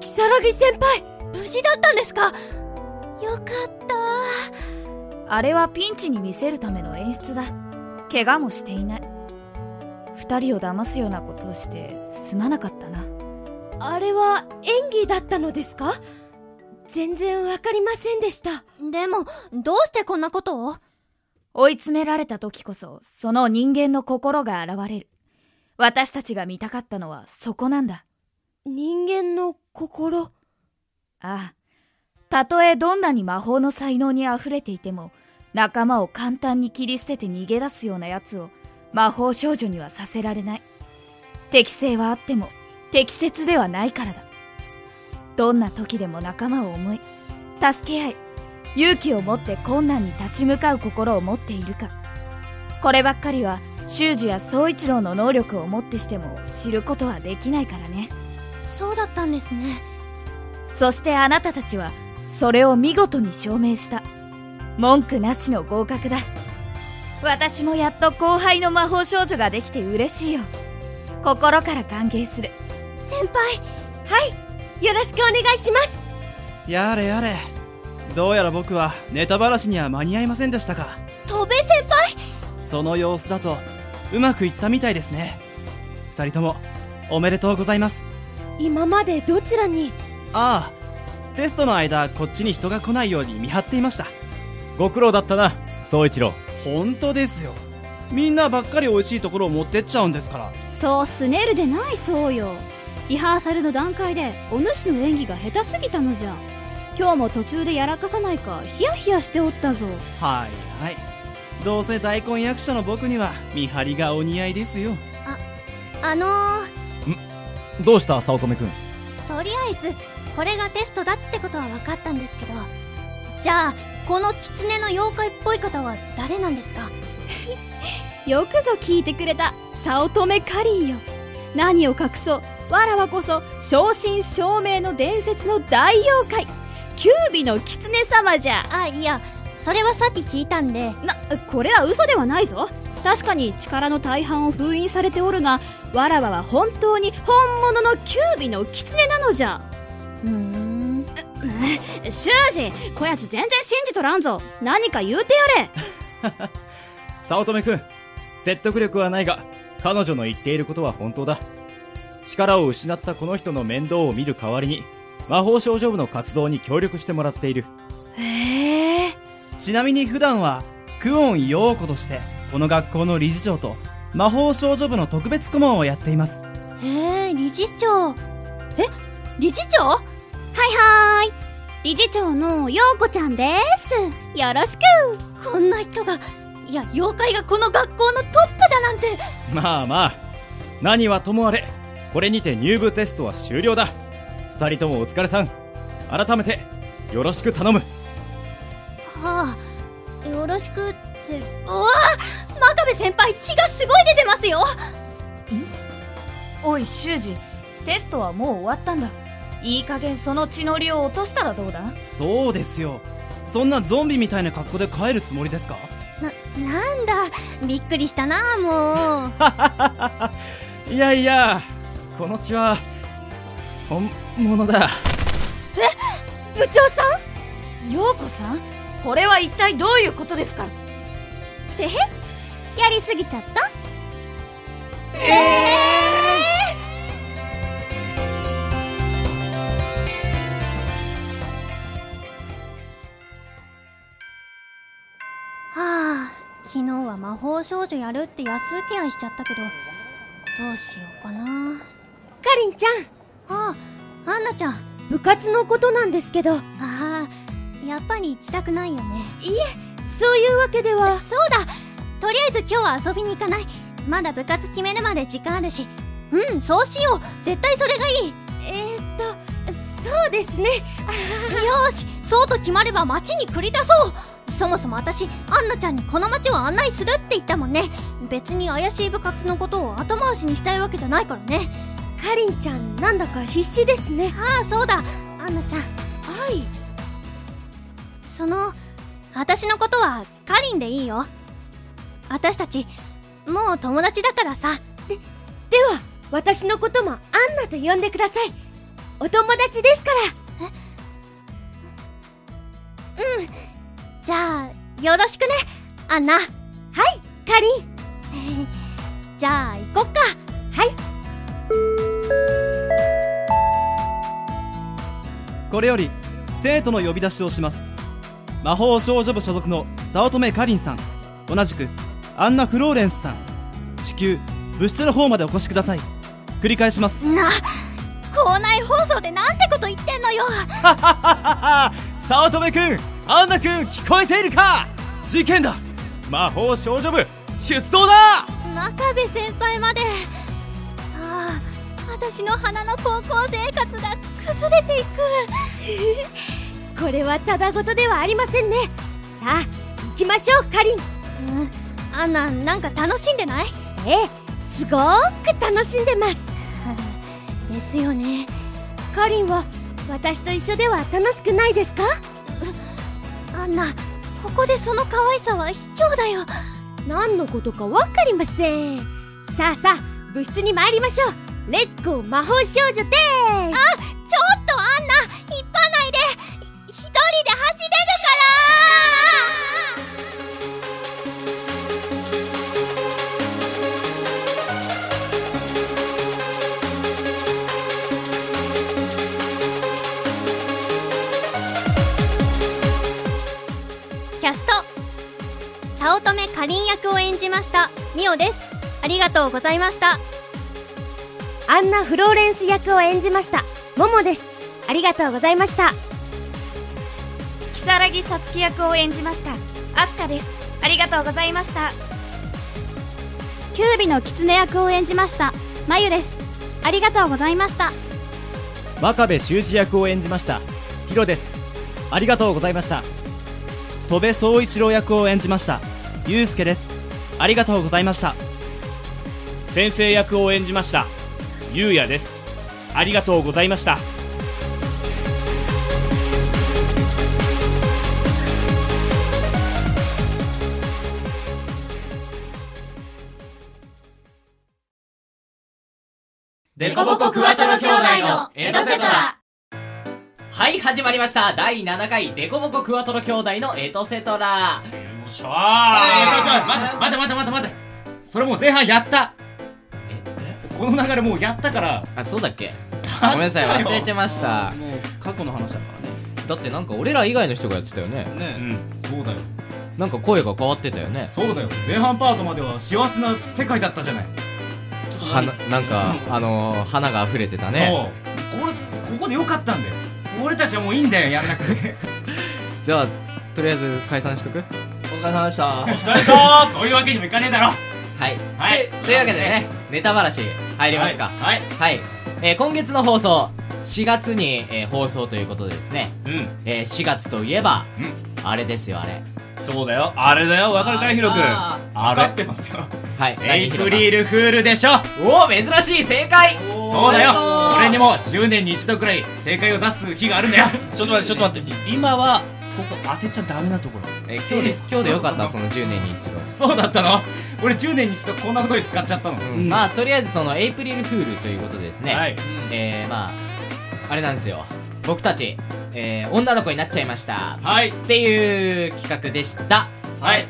Speaker 10: 如月先輩無事だったんですかよか
Speaker 3: ったあれはピンチに見せるための演出だ怪我もしていない2人を騙すようなことをしてすまなかったな
Speaker 5: あれは演技だったのですか全然わかりませんでした
Speaker 10: でもどうしてこんなことを
Speaker 3: 追い詰められた時こそその人間の心が現れる私たちが見たかったのはそこなんだ
Speaker 5: 人間の心
Speaker 3: あ
Speaker 5: あ
Speaker 3: たとえどんなに魔法の才能にあふれていても仲間を簡単に切り捨てて逃げ出すようなやつを魔法少女にはさせられない適性はあっても適切ではないからだどんな時でも仲間を思い助け合い勇気を持って困難に立ち向かう心を持っているかこればっかりは修二や宗一郎の能力をもってしても知ることはできないからね
Speaker 10: そうだったんですね
Speaker 3: そしてあなたたちはそれを見事に証明した文句なしの合格だ私もやっと後輩の魔法少女ができて嬉しいよ心から歓迎する
Speaker 10: 先輩
Speaker 5: はいよろしくお願いします
Speaker 6: やれやれどうやら僕はネタばらしには間に合いませんでしたか
Speaker 10: 戸部先輩
Speaker 6: その様子だとうまくいったみたいですね二人ともおめでとうございます
Speaker 5: 今までどちらに
Speaker 6: ああテストの間こっちに人が来ないように見張っていました
Speaker 7: ご苦労だったな宗一郎
Speaker 6: 本当ですよみんなばっかり美味しいところを持ってっちゃうんですから
Speaker 2: そうすねるでないそうよリハーサルの段階でお主の演技が下手すぎたのじゃ今日も途中でやらかさないかヒヤヒヤしておったぞ
Speaker 6: はいはいどうせ大根役者の僕には見張りがお似合いですよ
Speaker 10: あのー、
Speaker 7: どうした早乙女君
Speaker 10: とりあえずこれがテストだってことは分かったんですけどじゃあこの狐の妖怪っぽい方は誰なんですか
Speaker 2: よくぞ聞いてくれた早乙女かりんよ何を隠そうわらわこそ正真正銘の伝説の大妖怪キュービの狐様じゃ
Speaker 10: あいやそれはさっき聞いたんで
Speaker 2: なこれは嘘ではないぞ確かに力の大半を封印されておるがわらわは本当に本物のキュービの狐なのじゃ
Speaker 10: うん
Speaker 2: 修二こやつ全然信じとらんぞ何か言うてや
Speaker 7: れ早乙女君説得力はないが彼女の言っていることは本当だ力を失ったこの人の面倒を見る代わりに魔法少女部の活動に協力してもらっている
Speaker 3: へえ
Speaker 6: ちなみに普段はクオン陽子としてこの学校の理事長と魔法少女部の特別顧問をやっています
Speaker 10: へえ理事長え理事長はい
Speaker 5: はーい理事長の陽子ちゃんですよろし
Speaker 10: くこんな人がいや妖怪がこの学校のトップだなんて
Speaker 7: まあまあ何はともあれこれにて入部テストは終了だ2人ともお疲れさん改めてよろしく頼む
Speaker 10: はあよろしくってうわ真壁先輩血がすごい出てますよん
Speaker 3: おい修二テストはもう終わったんだいい加減その血のりを落としたらどうだ
Speaker 6: そうですよそんなゾンビみたいな格好で帰るつもりですか
Speaker 10: ななんだびっくりしたなも
Speaker 7: ういやいやこの血はほん
Speaker 13: ものだ
Speaker 14: 部長さん陽子さんこれは一体どういうことですか
Speaker 10: てへやりすぎちゃったはあ昨日は魔法少女やるって安請け合いしちゃったけどどうしようかな
Speaker 5: かりんちゃん
Speaker 10: ああアンナちゃん
Speaker 5: 部活のことなんですけどあ
Speaker 10: あやっぱり行きたくないよね
Speaker 5: いえそういうわけでは
Speaker 10: そうだとりあえず今日は遊びに行かないまだ部活決めるまで時間あるしうんそうしよう絶対それがいい
Speaker 5: えー、っとそうですね
Speaker 10: よしそうと決まれば街に繰り出そうそもそも私アンナちゃんにこの街を案内するって言ったもんね別に怪しい部活のことを後回しにしたいわけじゃないからね
Speaker 5: かりんちゃんなんだか必死ですね
Speaker 10: ああそうだアンナちゃん
Speaker 5: はい
Speaker 10: その私のことはかりんでいいよ私たちもう友達だからさ
Speaker 5: ででは私のこともアンナと呼んでくださいお友達ですから
Speaker 10: えうんじゃあよろしくねアンナはい
Speaker 5: かりん
Speaker 10: じゃあ行こっか
Speaker 5: はい
Speaker 6: これより生徒の呼び出しをします魔法少女部所属の早乙女かりんさん同じくアンナ・フローレンスさん至急部室の方までお越しください繰り返します
Speaker 10: な校内放送でなんてこと言ってん のよ
Speaker 7: 早乙女君アンナ君聞こえているか事件だ魔法少女部出動だ
Speaker 10: 真壁先輩までああ私の花の高校生活が崩れてい
Speaker 5: くこれはただごとではありませんねさあ行きましょうかりん、
Speaker 10: うん、アンナなんか楽しんでない
Speaker 5: ええすごく楽しんで ます
Speaker 10: ですよね
Speaker 5: かりんは私と一緒では楽しくないですか
Speaker 10: アンナここでその可愛さは卑怯だよ
Speaker 5: 何のことか分かりませんさあさあ部室に参りましょうレッツゴー魔法少女ですあ
Speaker 10: ちょっとアンナ引っ張ないで一人で走れるからキャスト早乙女かりん役を演じましたミオですありがとうございました
Speaker 5: アンナ・フローレンス役を演じましたももですありがとうございました
Speaker 14: 如月さつき役を演じましたアスカですありがとうございました
Speaker 2: キュービの狐役を演じましたまゆですありがとうございました
Speaker 7: 真壁修二役を演じましたヒロですありがとうございました
Speaker 6: 戸部総一郎役を演じましたゆうすけですありがとうございました
Speaker 15: 先生役を演じましたゆうやですありがとうございました
Speaker 16: デコボコクワトロ兄弟のエトセトラはい始まりました第7回デコボコクワトロ兄弟のエトセトラ
Speaker 15: よっしゃー待て待て待て待てそれもう前半やったこの流れもうやったから
Speaker 16: あそうだっけごめんなさい忘れてました
Speaker 6: もう過去の話だからね
Speaker 16: だってなんか俺ら以外の人がやってたよね
Speaker 6: ね
Speaker 15: うんそうだよ
Speaker 16: なんか声が変わってたよね
Speaker 15: そうだよ前半パートまでは幸せな世界だったじゃない
Speaker 16: はなんか、あのー、花が溢れてたね
Speaker 15: そうこれここでよかったんだよ俺たちはもういいんだよやらなくて
Speaker 16: じゃあとりあえず解散しとく
Speaker 6: お疲れ様でしたお
Speaker 15: 疲れ様そういうわけにもいかねえだろ
Speaker 16: はい、はい、というわけでねネタばらし入りますか
Speaker 15: はい、
Speaker 16: はいえー、今月の放送4月に、えー、放送ということでですね、うんえー、4月といえば、うん、あれですよあれ
Speaker 15: そうだよあれだよわかるかいヒロ君ああれってますよ
Speaker 16: はい
Speaker 15: エイプリルフールでしょ
Speaker 16: おお珍しい正解
Speaker 15: そうだよ俺にも10年に一度くらい正解を出す日があるんだよ
Speaker 6: ちょっと待ってちょっと待って今はここ当てちゃダメなところ
Speaker 16: え今日で今日でよかったその10年に一度
Speaker 15: そうだったの俺10年に一度こんなことに使っちゃったの、
Speaker 16: うん、まあとりあえずそのエイプリルフールということですね、はい、えー、まああれなんですよ僕たち、えー女の子になっちゃいました
Speaker 7: はい
Speaker 16: っていう企画でした
Speaker 7: はい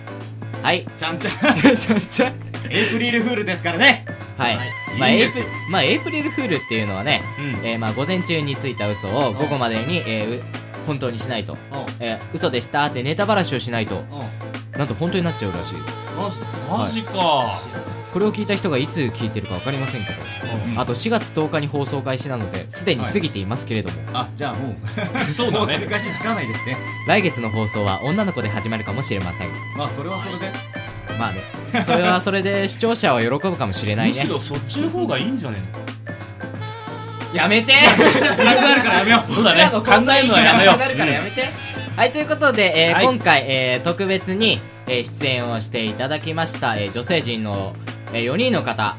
Speaker 16: はい
Speaker 7: ちゃんちゃん
Speaker 16: ちゃんちゃん
Speaker 7: エイプリルフールですからね
Speaker 16: はい、まあ
Speaker 7: いいんで
Speaker 16: エイ
Speaker 7: す
Speaker 16: プ
Speaker 7: よ
Speaker 16: まあ、エイプリルフールっていうのはね、
Speaker 7: うん
Speaker 16: えーまあ、午前中についた嘘を午後までに、えーう本当にしないと、えー嘘でしたってネタばらしをしないと、なんと本当になっちゃうらしいです
Speaker 7: マジ
Speaker 16: マジ
Speaker 7: か、
Speaker 16: これを聞いた人がいつ聞いてるか分かりませんけど、あと4月10日に放送開始なのですでに過ぎていますけれども、
Speaker 7: あじゃあもうそうだね もう取り返しつかないですね
Speaker 16: 来月の放送は女の子で始まるかもしれません
Speaker 7: まあそれはそれで
Speaker 16: まあねそれはそれで視聴者は喜ぶかもしれないね
Speaker 9: むしろそっちの方がいいんじゃねえ
Speaker 16: やめて
Speaker 9: 辛 くなるからやめようそうだね
Speaker 16: 僕らの存在意義がなくなるから
Speaker 9: 考えるのは
Speaker 16: や
Speaker 9: や
Speaker 16: め
Speaker 9: め
Speaker 16: て、はいということで、えー
Speaker 9: はい
Speaker 16: 今回、えー特別に、えー出演をしていただきました、えー女性陣の、え4人の方、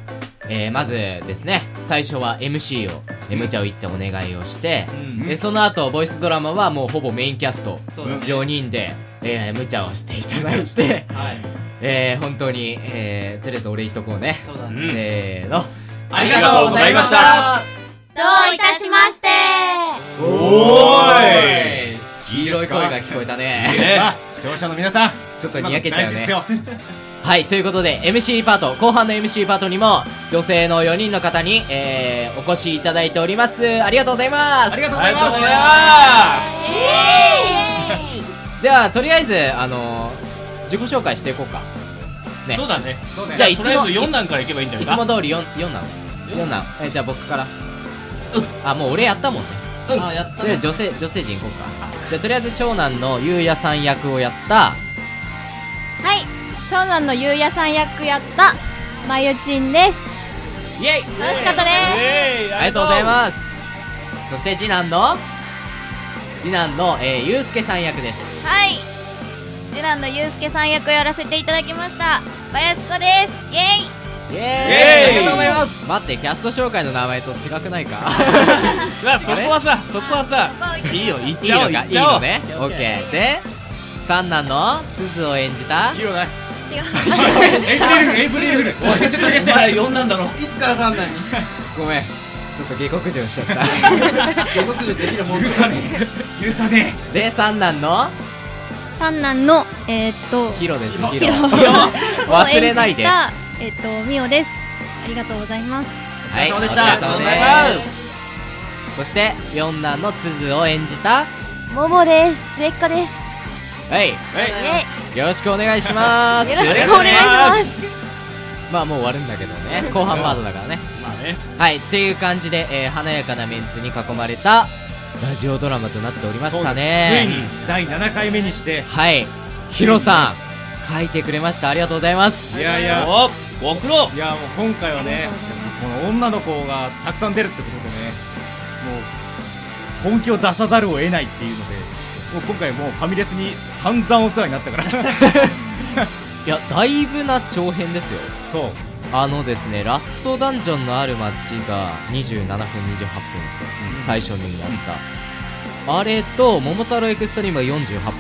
Speaker 16: えーまずですね最初は MC をえー無茶を言ってお願いをして、でその後ボイスドラマはもうほぼメインキャスト
Speaker 7: そうだね
Speaker 16: 4人で、えー無茶をしていただい て、えー本当に、えーとりあえず俺言っとこうねせーの
Speaker 7: ありがとうございました
Speaker 5: どういたしまして
Speaker 16: おーい黄色い声が聞こえたね
Speaker 7: いい ですか視聴者の皆さん
Speaker 16: ちょっとにやけちゃうね
Speaker 7: 今の大事ですよ
Speaker 16: はいということで MC パート後半の MC パートにも女性の4人の方に、えーお越しいただいておりますありがとうございますありがとうございますではとりあえずあのー自己紹介していこうかね
Speaker 9: そうだねそうだね
Speaker 16: じゃあいつも
Speaker 9: とりあえず四段からいけばいいんじゃないか
Speaker 16: いつも通り 4, 4なん4なんえじゃあ僕からあもう俺やったもんね
Speaker 7: あやった
Speaker 16: で女性女性陣行こうかじゃあとりあえず長男のゆうやさん役をやった
Speaker 4: はい長男のゆうやさん役やったまゆちんです
Speaker 16: イエイ
Speaker 4: 楽しかったです
Speaker 16: ありがとうございますそして次男の次男の、えー、ゆうすけさん役です
Speaker 3: はい次男のゆうすけさん役をやらせていただきました林子ですイエイ
Speaker 16: イ
Speaker 3: エ
Speaker 16: ありがとうございます待ってキャスト紹介の名前と違くないか
Speaker 9: そこはさそこはさいいよ行っちゃおう
Speaker 16: いい
Speaker 9: 行
Speaker 16: のか
Speaker 9: っ
Speaker 16: いい
Speaker 9: ちゃお
Speaker 16: の
Speaker 9: う
Speaker 16: ねオッケーで三男のつづを演じたヒロない
Speaker 3: 違う
Speaker 16: エイプリルフル
Speaker 9: おいちょっと
Speaker 16: お前
Speaker 9: 呼んだんだろい
Speaker 16: つから三男に ごめんちょっと下克上しちゃった 下克上できるもん許さねえ許さねえで三男の
Speaker 4: 三男のえー、っと
Speaker 16: ヒロです
Speaker 4: ヒロ
Speaker 16: ヒロ
Speaker 4: ヒロ
Speaker 16: 忘れないで
Speaker 4: を演じたえー、っとみおですありがとうございます
Speaker 16: はい、
Speaker 4: お
Speaker 16: お疲
Speaker 4: 疲れ
Speaker 16: れ
Speaker 4: 様でした
Speaker 16: 様です。そして、四男のつづを演じた。
Speaker 4: ももです末っ子です
Speaker 16: はい、よろしくお願いします。。
Speaker 4: よろしくお願いします
Speaker 16: まあ、もう終わるんだけどね、後半パートだからね。
Speaker 9: まあね
Speaker 16: はい、っていう感じで、えー華やかなメンツに囲まれた。ラジオドラマとなっておりましたね。
Speaker 7: そうですついに第7回目にして
Speaker 16: はい、ヒロさん、書いてくれました。ありがとうございます。
Speaker 7: いやいや
Speaker 16: お
Speaker 9: ご苦労
Speaker 7: いやもう今回はねこの女の子がたくさん出るってことでねもう本気を出さざるを得ないっていうのでもう今回もうファミレスに散々お世話になったから
Speaker 16: いやだいぶな長編ですよそうあのですねラストダンジョンのあるマッチが27分28分ですよ、
Speaker 7: うん
Speaker 16: 最初にやった、あれと「桃太郎エクストリーム」は48分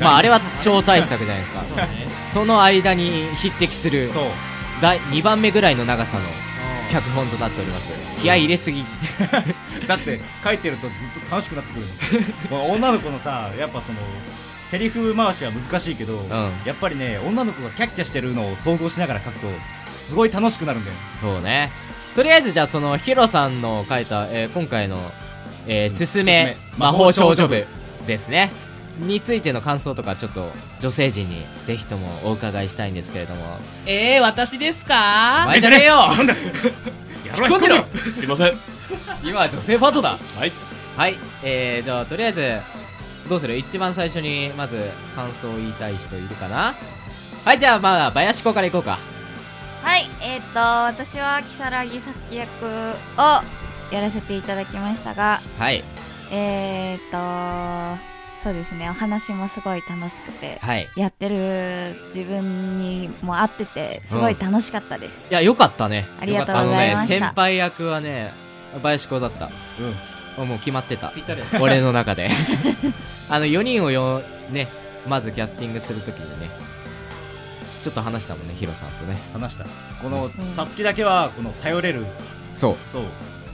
Speaker 16: まああれは超大作じゃないですか
Speaker 7: そうだね
Speaker 16: その間に匹敵する第2番目ぐらいの長さの脚本となっております気合い入れすぎ
Speaker 7: だって書いてるとずっと楽しくなってくるの この女の子のさやっぱそのセリフ回しは難しいけど、やっぱりね女の子がキャッキャしてるのを想像しながら書くとすごい楽しくなるんだよ
Speaker 16: そうねとりあえずじゃあそのヒロさんの書いた、えー今回の、えーすすめ
Speaker 7: すすめ
Speaker 16: 魔
Speaker 7: 魔
Speaker 16: 法
Speaker 7: 法
Speaker 16: 少
Speaker 7: 少
Speaker 16: 女
Speaker 7: 女
Speaker 16: 部
Speaker 7: 部
Speaker 16: ですねについての感想とかちょっと女性陣にぜひともお伺いしたいんですけれども
Speaker 9: えー、私ですか
Speaker 16: お前じゃねえよ
Speaker 9: なんだ
Speaker 16: や
Speaker 9: ろう すいません
Speaker 16: 今は女性パートだ
Speaker 9: はい
Speaker 16: はいえー、じゃあとりあえずどうする一番最初にまず感想を言いたい人いるかなはいじゃあまあ林子からいこうか
Speaker 3: はいえっ、と私は如月さつき役をやらせていただきましたが
Speaker 16: はい
Speaker 3: えっ、とそうですねお話もすごい楽しくて、
Speaker 16: はい
Speaker 3: やってる自分にも合っててすごい楽しかったです、
Speaker 16: いや、よかったね。
Speaker 3: ありがとうござい
Speaker 16: あのね、
Speaker 3: ました
Speaker 16: 先輩役はね、林子だった。うん。もう決まってた。俺の中 で。あの、4人をよ、ね、まずキャスティングするときにね、ちょっと話したもんね、ヒロさんとね。
Speaker 7: 話したこのさつきだけはこの頼れる
Speaker 16: そう
Speaker 7: そう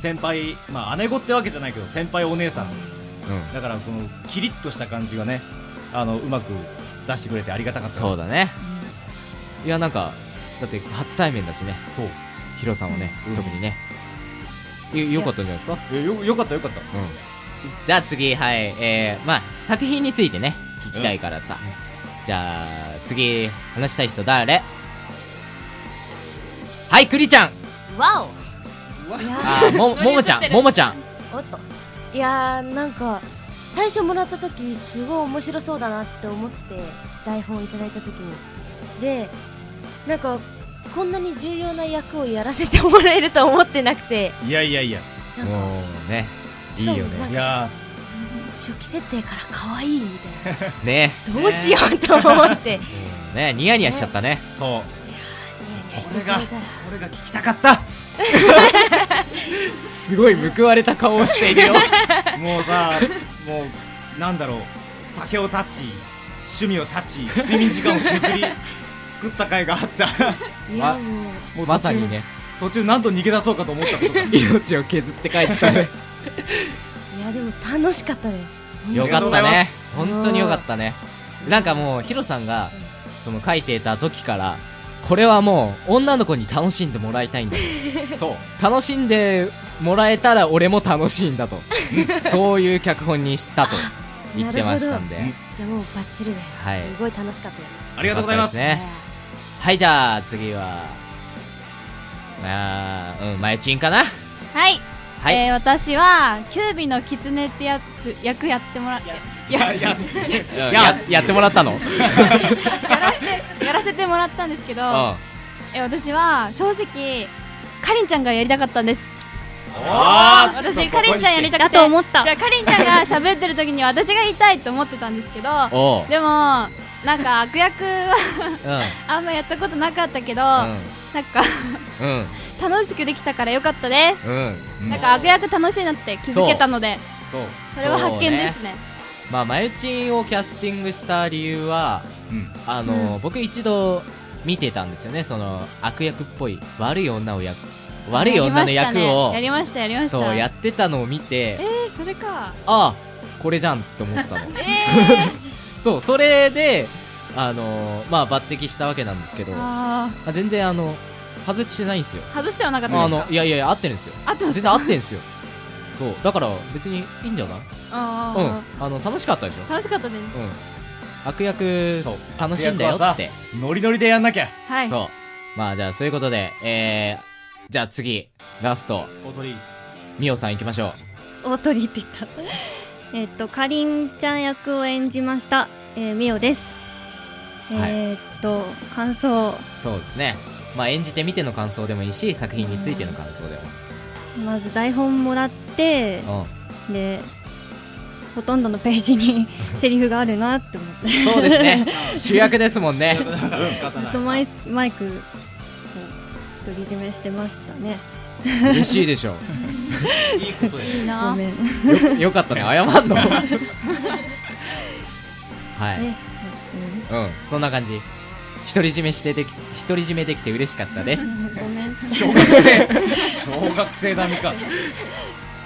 Speaker 7: 先輩まあ姉子ってわけじゃないけど先輩お姉さん、だからこのキリッとした感じがねあのうまく出してくれてありがたかったです
Speaker 16: そうだねいやなんかだって初対面だしねそうヒロさんはね特にねよよかったんじゃないですか
Speaker 7: よよかったよかった、
Speaker 16: じゃあ次はいえー、まあ作品についてね聞きたいからさ、じゃあ次話したい人誰はいクリちゃん
Speaker 5: わおいやー
Speaker 16: あもももちゃんももちゃん
Speaker 5: おっといやーなんか最初もらった時すごい面白そうだなって思って台本をいただいた時にでなんかこんなに重要な役をやらせてもらえると思ってなくて
Speaker 7: いやいやいや
Speaker 5: なんか
Speaker 16: もうねいいよね
Speaker 5: いや初期設定から可愛いみたいな
Speaker 16: ね
Speaker 5: どうしようと思 って
Speaker 16: ねニヤニヤしちゃったね
Speaker 7: そう
Speaker 5: してくれたら
Speaker 7: これが聞きたかった
Speaker 16: すごい報われた顔をしているよ
Speaker 7: もうさもうなんだろう酒を断ち趣味を断ち睡眠時間を削り作った甲斐があった
Speaker 5: い
Speaker 16: や
Speaker 5: もう
Speaker 16: もうまさにね
Speaker 7: 途中何度逃げ出そうかと思ったことが
Speaker 16: 命を削って帰ってたね
Speaker 5: いやでも楽しかったです
Speaker 16: よかったね
Speaker 5: あ
Speaker 16: 本
Speaker 5: りがとうございます
Speaker 16: 当によかったねなんかもうヒロさんがその書いていた時からこれはもう女の子に楽しんでもらいたいんだと そう楽しんでもらえたら俺も楽しいん だとそういう脚本にしたと言ってましたんで
Speaker 5: なるほどじゃあもうバッチリです、
Speaker 16: はい
Speaker 5: すごい楽しかったです
Speaker 16: ありがとうございますねはいじゃあ次はまあうんまえちんかな
Speaker 2: はい、
Speaker 16: はい
Speaker 2: えー私はキュービの狐ってやつ役やってもらってやや
Speaker 16: うんややってもらった の
Speaker 2: らせてやらせてもらったんですけど、
Speaker 16: うん
Speaker 2: えー私は正直かりんちゃんがやりたかったんです
Speaker 5: あー
Speaker 2: 私かりんちゃんやりたくて
Speaker 5: だと思った
Speaker 2: じゃあかりんちゃんが喋ってる時に私が言いたいと思ってたんですけど
Speaker 16: おう
Speaker 2: でもなんか悪役は
Speaker 16: う
Speaker 2: あんまやったことなかったけど、
Speaker 16: ん
Speaker 2: なんか
Speaker 16: うん
Speaker 2: 楽しくできたからよかったです
Speaker 16: うん
Speaker 2: なんか悪役楽しいなって気づけたので
Speaker 16: そう
Speaker 2: それは発見ですね
Speaker 16: まあ、マユチンをキャスティングした理由は、あの
Speaker 2: うん
Speaker 16: 僕一度見てたんですよねその悪役っぽい悪い女を役悪い女の
Speaker 2: やりまし
Speaker 16: 役
Speaker 2: たね
Speaker 16: を
Speaker 2: やりましたやりました
Speaker 16: そうやってたのを見て、
Speaker 2: えー、それか
Speaker 16: ああこれじゃんって思ったの、 そうそれであのまあ抜擢したわけなんですけど
Speaker 2: あ
Speaker 16: あ全然あの外してないんですよ
Speaker 2: ー外してはなかった
Speaker 16: あ
Speaker 2: ですか
Speaker 16: のいやいやいや合ってるんですよ
Speaker 2: 合ってます
Speaker 16: 全然合ってるんですよそうだから別にいいんじゃない
Speaker 2: あ
Speaker 16: う
Speaker 2: ー
Speaker 16: んあの楽しかったでしょ
Speaker 2: 楽しかったです
Speaker 16: うん悪役楽しいんだ
Speaker 7: 悪
Speaker 16: よ
Speaker 7: 役は
Speaker 16: っ
Speaker 7: さ
Speaker 16: て
Speaker 7: ノリノリでやんなきゃ
Speaker 2: はい
Speaker 16: そうまあじゃあそういうことでえー、じゃあ次ラスト
Speaker 7: 大鳥
Speaker 16: ミオさん行きましょう
Speaker 4: 大鳥って言 ったえっとかりんちゃん役を演じました、えー、みおです、えーっと感想
Speaker 16: そうですねまあ演じてみての感想でもいいし作品についての感想 で
Speaker 4: まず台本もらって
Speaker 16: も
Speaker 4: でほとんどのペー ジにセリフがあるなって思って
Speaker 16: うんそうで す ね主役ですもんね
Speaker 4: ずっとマイマイクを独り占めしてましたね
Speaker 16: 嬉しいでしょ
Speaker 4: いいこと
Speaker 2: いいな
Speaker 4: ごめん
Speaker 16: よよかったね謝んのは
Speaker 4: ね
Speaker 16: いうんそんな感じ独り占めしてでき独り占めできて嬉しかったです
Speaker 4: ごめん
Speaker 16: 小学生
Speaker 7: 小学生並みか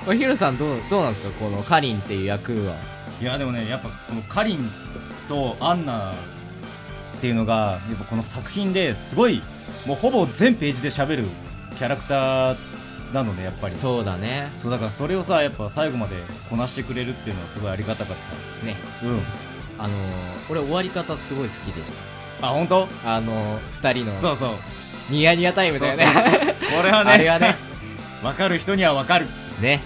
Speaker 16: おひろさんどうどうなんですかこのかりんっていう役はい
Speaker 7: やでもねやっぱこのかりんとアンナっていうのがやっぱこの作品ですごいもうほぼ全ページで喋るキャラクターなのでやっぱり
Speaker 16: そうだね
Speaker 7: そうだからそれをさやっぱ最後までこなしてくれるっていうのはすごいありがたかった
Speaker 16: ね
Speaker 7: うん
Speaker 16: あのー、俺終わり方すごい好きでした
Speaker 7: あ本当
Speaker 16: あのー、2人の
Speaker 7: そうそう
Speaker 16: ニヤニヤタイムだよね
Speaker 7: そうそうこれはね
Speaker 16: あれはね
Speaker 7: 分かる人には分かる
Speaker 16: ね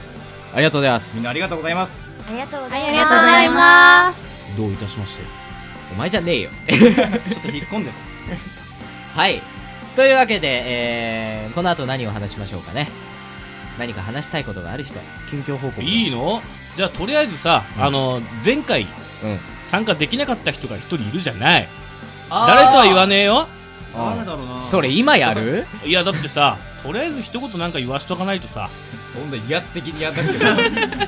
Speaker 16: ありがとうございます
Speaker 7: みんなありがとうございます
Speaker 5: ありがとうご
Speaker 2: あ
Speaker 5: ざいます
Speaker 2: りがとうございます
Speaker 7: どういたしまして
Speaker 16: お前じゃねえよ
Speaker 7: ちょっと引っ込んでる
Speaker 16: はいというわけで、えー、この後何を話しましょうかね何か話したいことがある人近況報告
Speaker 17: いいのじゃあとりあえずさ、
Speaker 16: うん
Speaker 17: あの前回、参加できなかった人が一人いるじゃない
Speaker 16: あー
Speaker 17: 誰とは言わねえよ
Speaker 16: 誰だろうなそれ今やる
Speaker 17: いやだってさとりあえず一言なんか言わしとかないとさ
Speaker 7: そんな威圧的にやったけど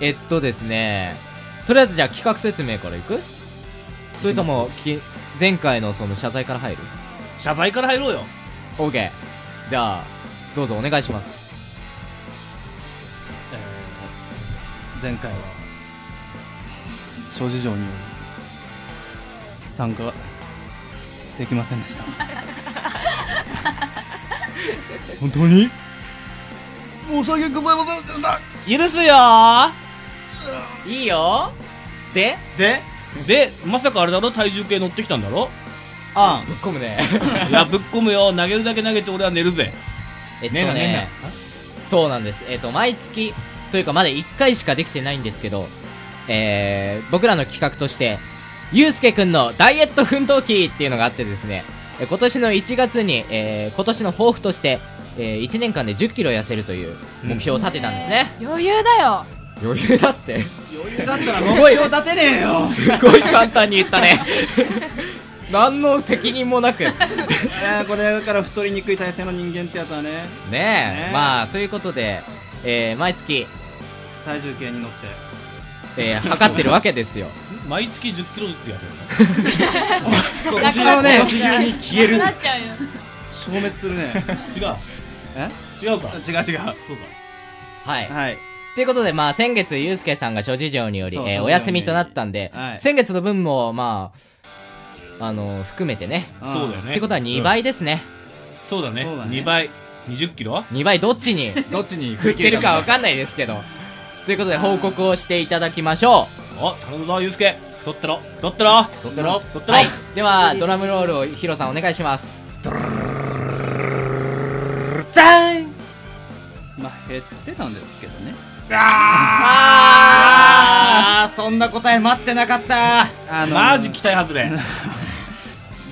Speaker 16: えっとですねとりあえずじゃあ企画説明からいくそれともき前回のその謝罪から入る
Speaker 17: 謝罪から入ろうよ
Speaker 16: OK じゃあどうぞお願いします
Speaker 6: 前回は諸事情により参加できませんで した本当に
Speaker 11: 申し訳ございませんでした
Speaker 17: 許すよー
Speaker 16: いいよで
Speaker 17: ででまさかあれだろ体重計乗ってきたんだ ろ
Speaker 16: あんぶっ込むね
Speaker 17: いやぶっ込むよ投げるだけ投げて俺は寝るぜ
Speaker 16: えっと
Speaker 17: ねえなねえな
Speaker 16: ねそうなんですえっと毎月というかまだ1回しかできてないんですけどえー、僕らの企画としてゆうすけくんのダイエット奮闘記っていうのがあってですねえ今年の1月に、えー今年の抱負として、え1年間で1 0キロ痩せるという目標を立てたんですね、
Speaker 2: 余裕だよ
Speaker 16: 余裕だって
Speaker 2: 余
Speaker 16: 裕だったら
Speaker 2: 目標立てねえよ
Speaker 16: すごい簡単に言っ たね何の責任もなく
Speaker 18: やこれだから太りにくい体勢の人間ってやつはね
Speaker 16: ね
Speaker 18: ね
Speaker 16: えまあということで、えー毎月
Speaker 18: 体重計に乗って
Speaker 16: えー測ってるわけですよ
Speaker 17: 毎月1 0キロずつ痩せるの
Speaker 18: あのね地球に消える
Speaker 2: なっちゃうよ
Speaker 18: 消滅する ね
Speaker 17: 違う
Speaker 18: え
Speaker 17: 違うか
Speaker 18: 違う違う
Speaker 17: そうか
Speaker 16: はい、
Speaker 18: はい、
Speaker 16: ということでまあ先月ゆうすけさんが諸事情により、
Speaker 18: そう
Speaker 16: え
Speaker 18: 諸事情に
Speaker 16: ー
Speaker 18: より
Speaker 16: お休みとなったんで、
Speaker 18: はい
Speaker 16: 先月の分もまああの含めてね
Speaker 17: そうだよね
Speaker 16: ってことは2倍ですね、
Speaker 17: そうだね二2倍2 0キロ
Speaker 16: 2倍どっちに
Speaker 18: どっちに
Speaker 16: 振ってるかわかんないですけどということで報告をしていただきましょ
Speaker 17: うお頼むぞゆうすけ太ってろ太ってろ太ってろ太ってろ
Speaker 16: はいではドラムロールをヒロさんお願いします
Speaker 18: ザーンまあ減ってたんですけどねああそんな答え待ってなかったあ
Speaker 17: マジ期待外れ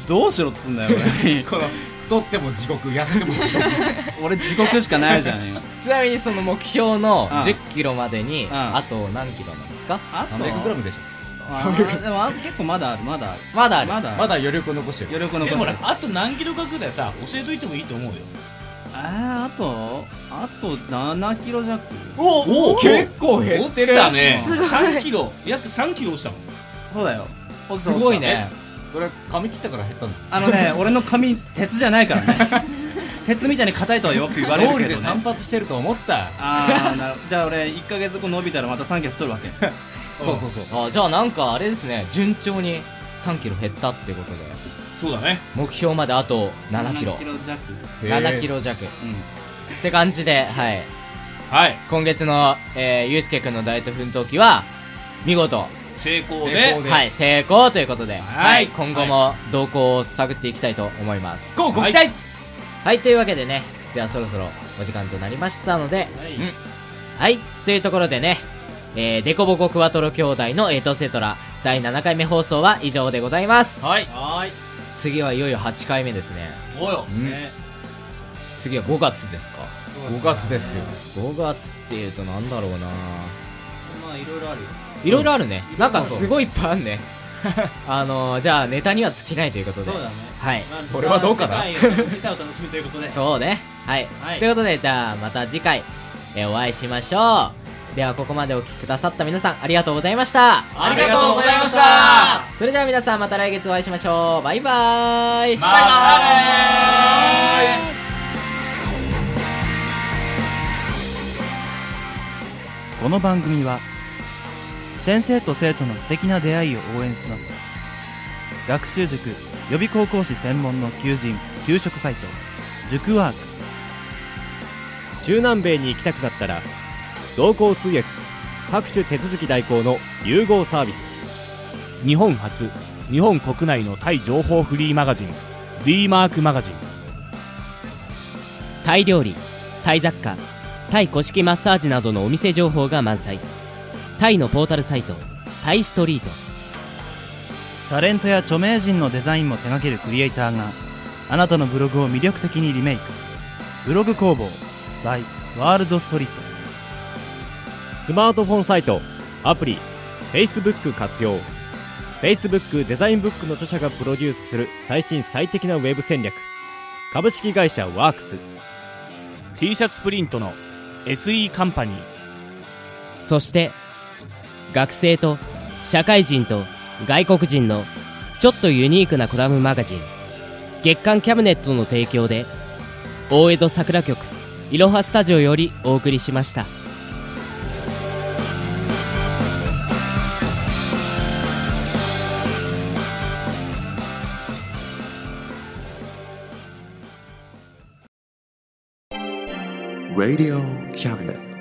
Speaker 18: どうしろっつうんだよ俺
Speaker 15: この太っても地獄痩せても地獄
Speaker 18: 俺地獄しかないじゃん今
Speaker 16: ちなみにその目標の
Speaker 18: うん
Speaker 16: 1 0キロまでにあと何キロなんですか
Speaker 18: あと
Speaker 16: 300g でしょ
Speaker 18: あーでもあ結構まだあるまだある
Speaker 16: まだある
Speaker 18: まだ
Speaker 16: まだ
Speaker 18: 余力を残してる余力を
Speaker 17: で
Speaker 18: 残
Speaker 17: も
Speaker 18: し
Speaker 17: ほ
Speaker 18: て
Speaker 17: ら
Speaker 18: る
Speaker 17: あと何キロかぐらいさ教えといてもいいと思うよ
Speaker 18: あーあとあと7キロ弱
Speaker 17: おお
Speaker 18: 結構減ってる
Speaker 17: 落ちたね
Speaker 18: すごい
Speaker 17: 3キロ約3キロ落ちたもん
Speaker 18: そうだよ
Speaker 17: すごいね
Speaker 18: これ髪切ったから減ったのあの ね俺の髪鉄じゃないからね鉄みたいに硬いとはよく言われるけど、ね、
Speaker 15: ロールで散
Speaker 18: 髪してると思ったああなるじゃあ俺1か月後伸びたらまた3キロ太るわけ
Speaker 16: そうそうそうあじゃあなんかあれですね順調に3キロ減ったってことで
Speaker 17: そうだね
Speaker 16: 目標まであと7キロ
Speaker 18: 7キロ弱
Speaker 16: 7キロ弱、って感じではい、
Speaker 17: はい、
Speaker 16: 今月の、えー、ゆうすけくんのダイエット奮闘記は見事
Speaker 17: 成功
Speaker 16: 成
Speaker 17: ね
Speaker 16: 功ではい成功ということで、
Speaker 17: は
Speaker 16: はいい、今後も動向を探っていきたいと思います
Speaker 17: 乞うご期待
Speaker 16: はい、はいというわけでねではそろそろお時間となりましたのでうんはい、というところでねえー、デコボコクワトロ兄弟のエトセトラ第7回目放送は以上でございます
Speaker 17: はい
Speaker 16: 次はいよいよ8回目ですね
Speaker 17: およ、ね
Speaker 16: 次は5月ですか
Speaker 15: 5月ですよ
Speaker 16: 5月っていうとなんだろうな
Speaker 18: まあいろいろあるよ
Speaker 16: いろいろあるね、
Speaker 18: うん
Speaker 16: なんかすごいいっぱいあるねあのー、じゃあネタには尽きないということで
Speaker 18: そうだね
Speaker 16: はい、
Speaker 18: まあ
Speaker 16: それはどうかな
Speaker 18: まあ次回を次回を楽しみということで
Speaker 16: そうねはい、
Speaker 18: はい
Speaker 16: ということでじゃあまた次回、えーお会いしましょうではここまでお聞きくださった皆さんありがとうございました
Speaker 17: ありがとうございました
Speaker 16: それでは皆さんまた来月お会いしましょうバイバー
Speaker 17: バイ
Speaker 16: イ
Speaker 17: バイ
Speaker 6: この番組は先生と生徒の素敵な出会いを応援します学習塾予備高校士専門の求人・給食サイト塾ワーク
Speaker 7: 中南米に行きたくなったら同行通訳各種手続き代行の融合サービス
Speaker 8: 日本初日本国内のタイ情報フリーマガジン D マークマガジン
Speaker 9: タイ料理タイ雑貨タイ古式マッサージなどのお店情報が満載タイのポータルサイトタイストリート
Speaker 6: タレントや著名人のデザインも手掛けるクリエイターがあなたのブログを魅力的にリメイクブログ工房 by ワールドストリート
Speaker 7: スマートフォンサイトアプリ Facebook 活用 Facebook デザインブックの著者がプロデュースする最新最適なウェブ戦略株式会社ワークス
Speaker 8: T シャツプリントの SE カンパニー
Speaker 9: そして学生と社会人と外国人のちょっとユニークなコラムマガジン月刊キャムネットの提供で大江戸桜局いろはスタジオよりお送りしました。
Speaker 1: Radio Cabinet.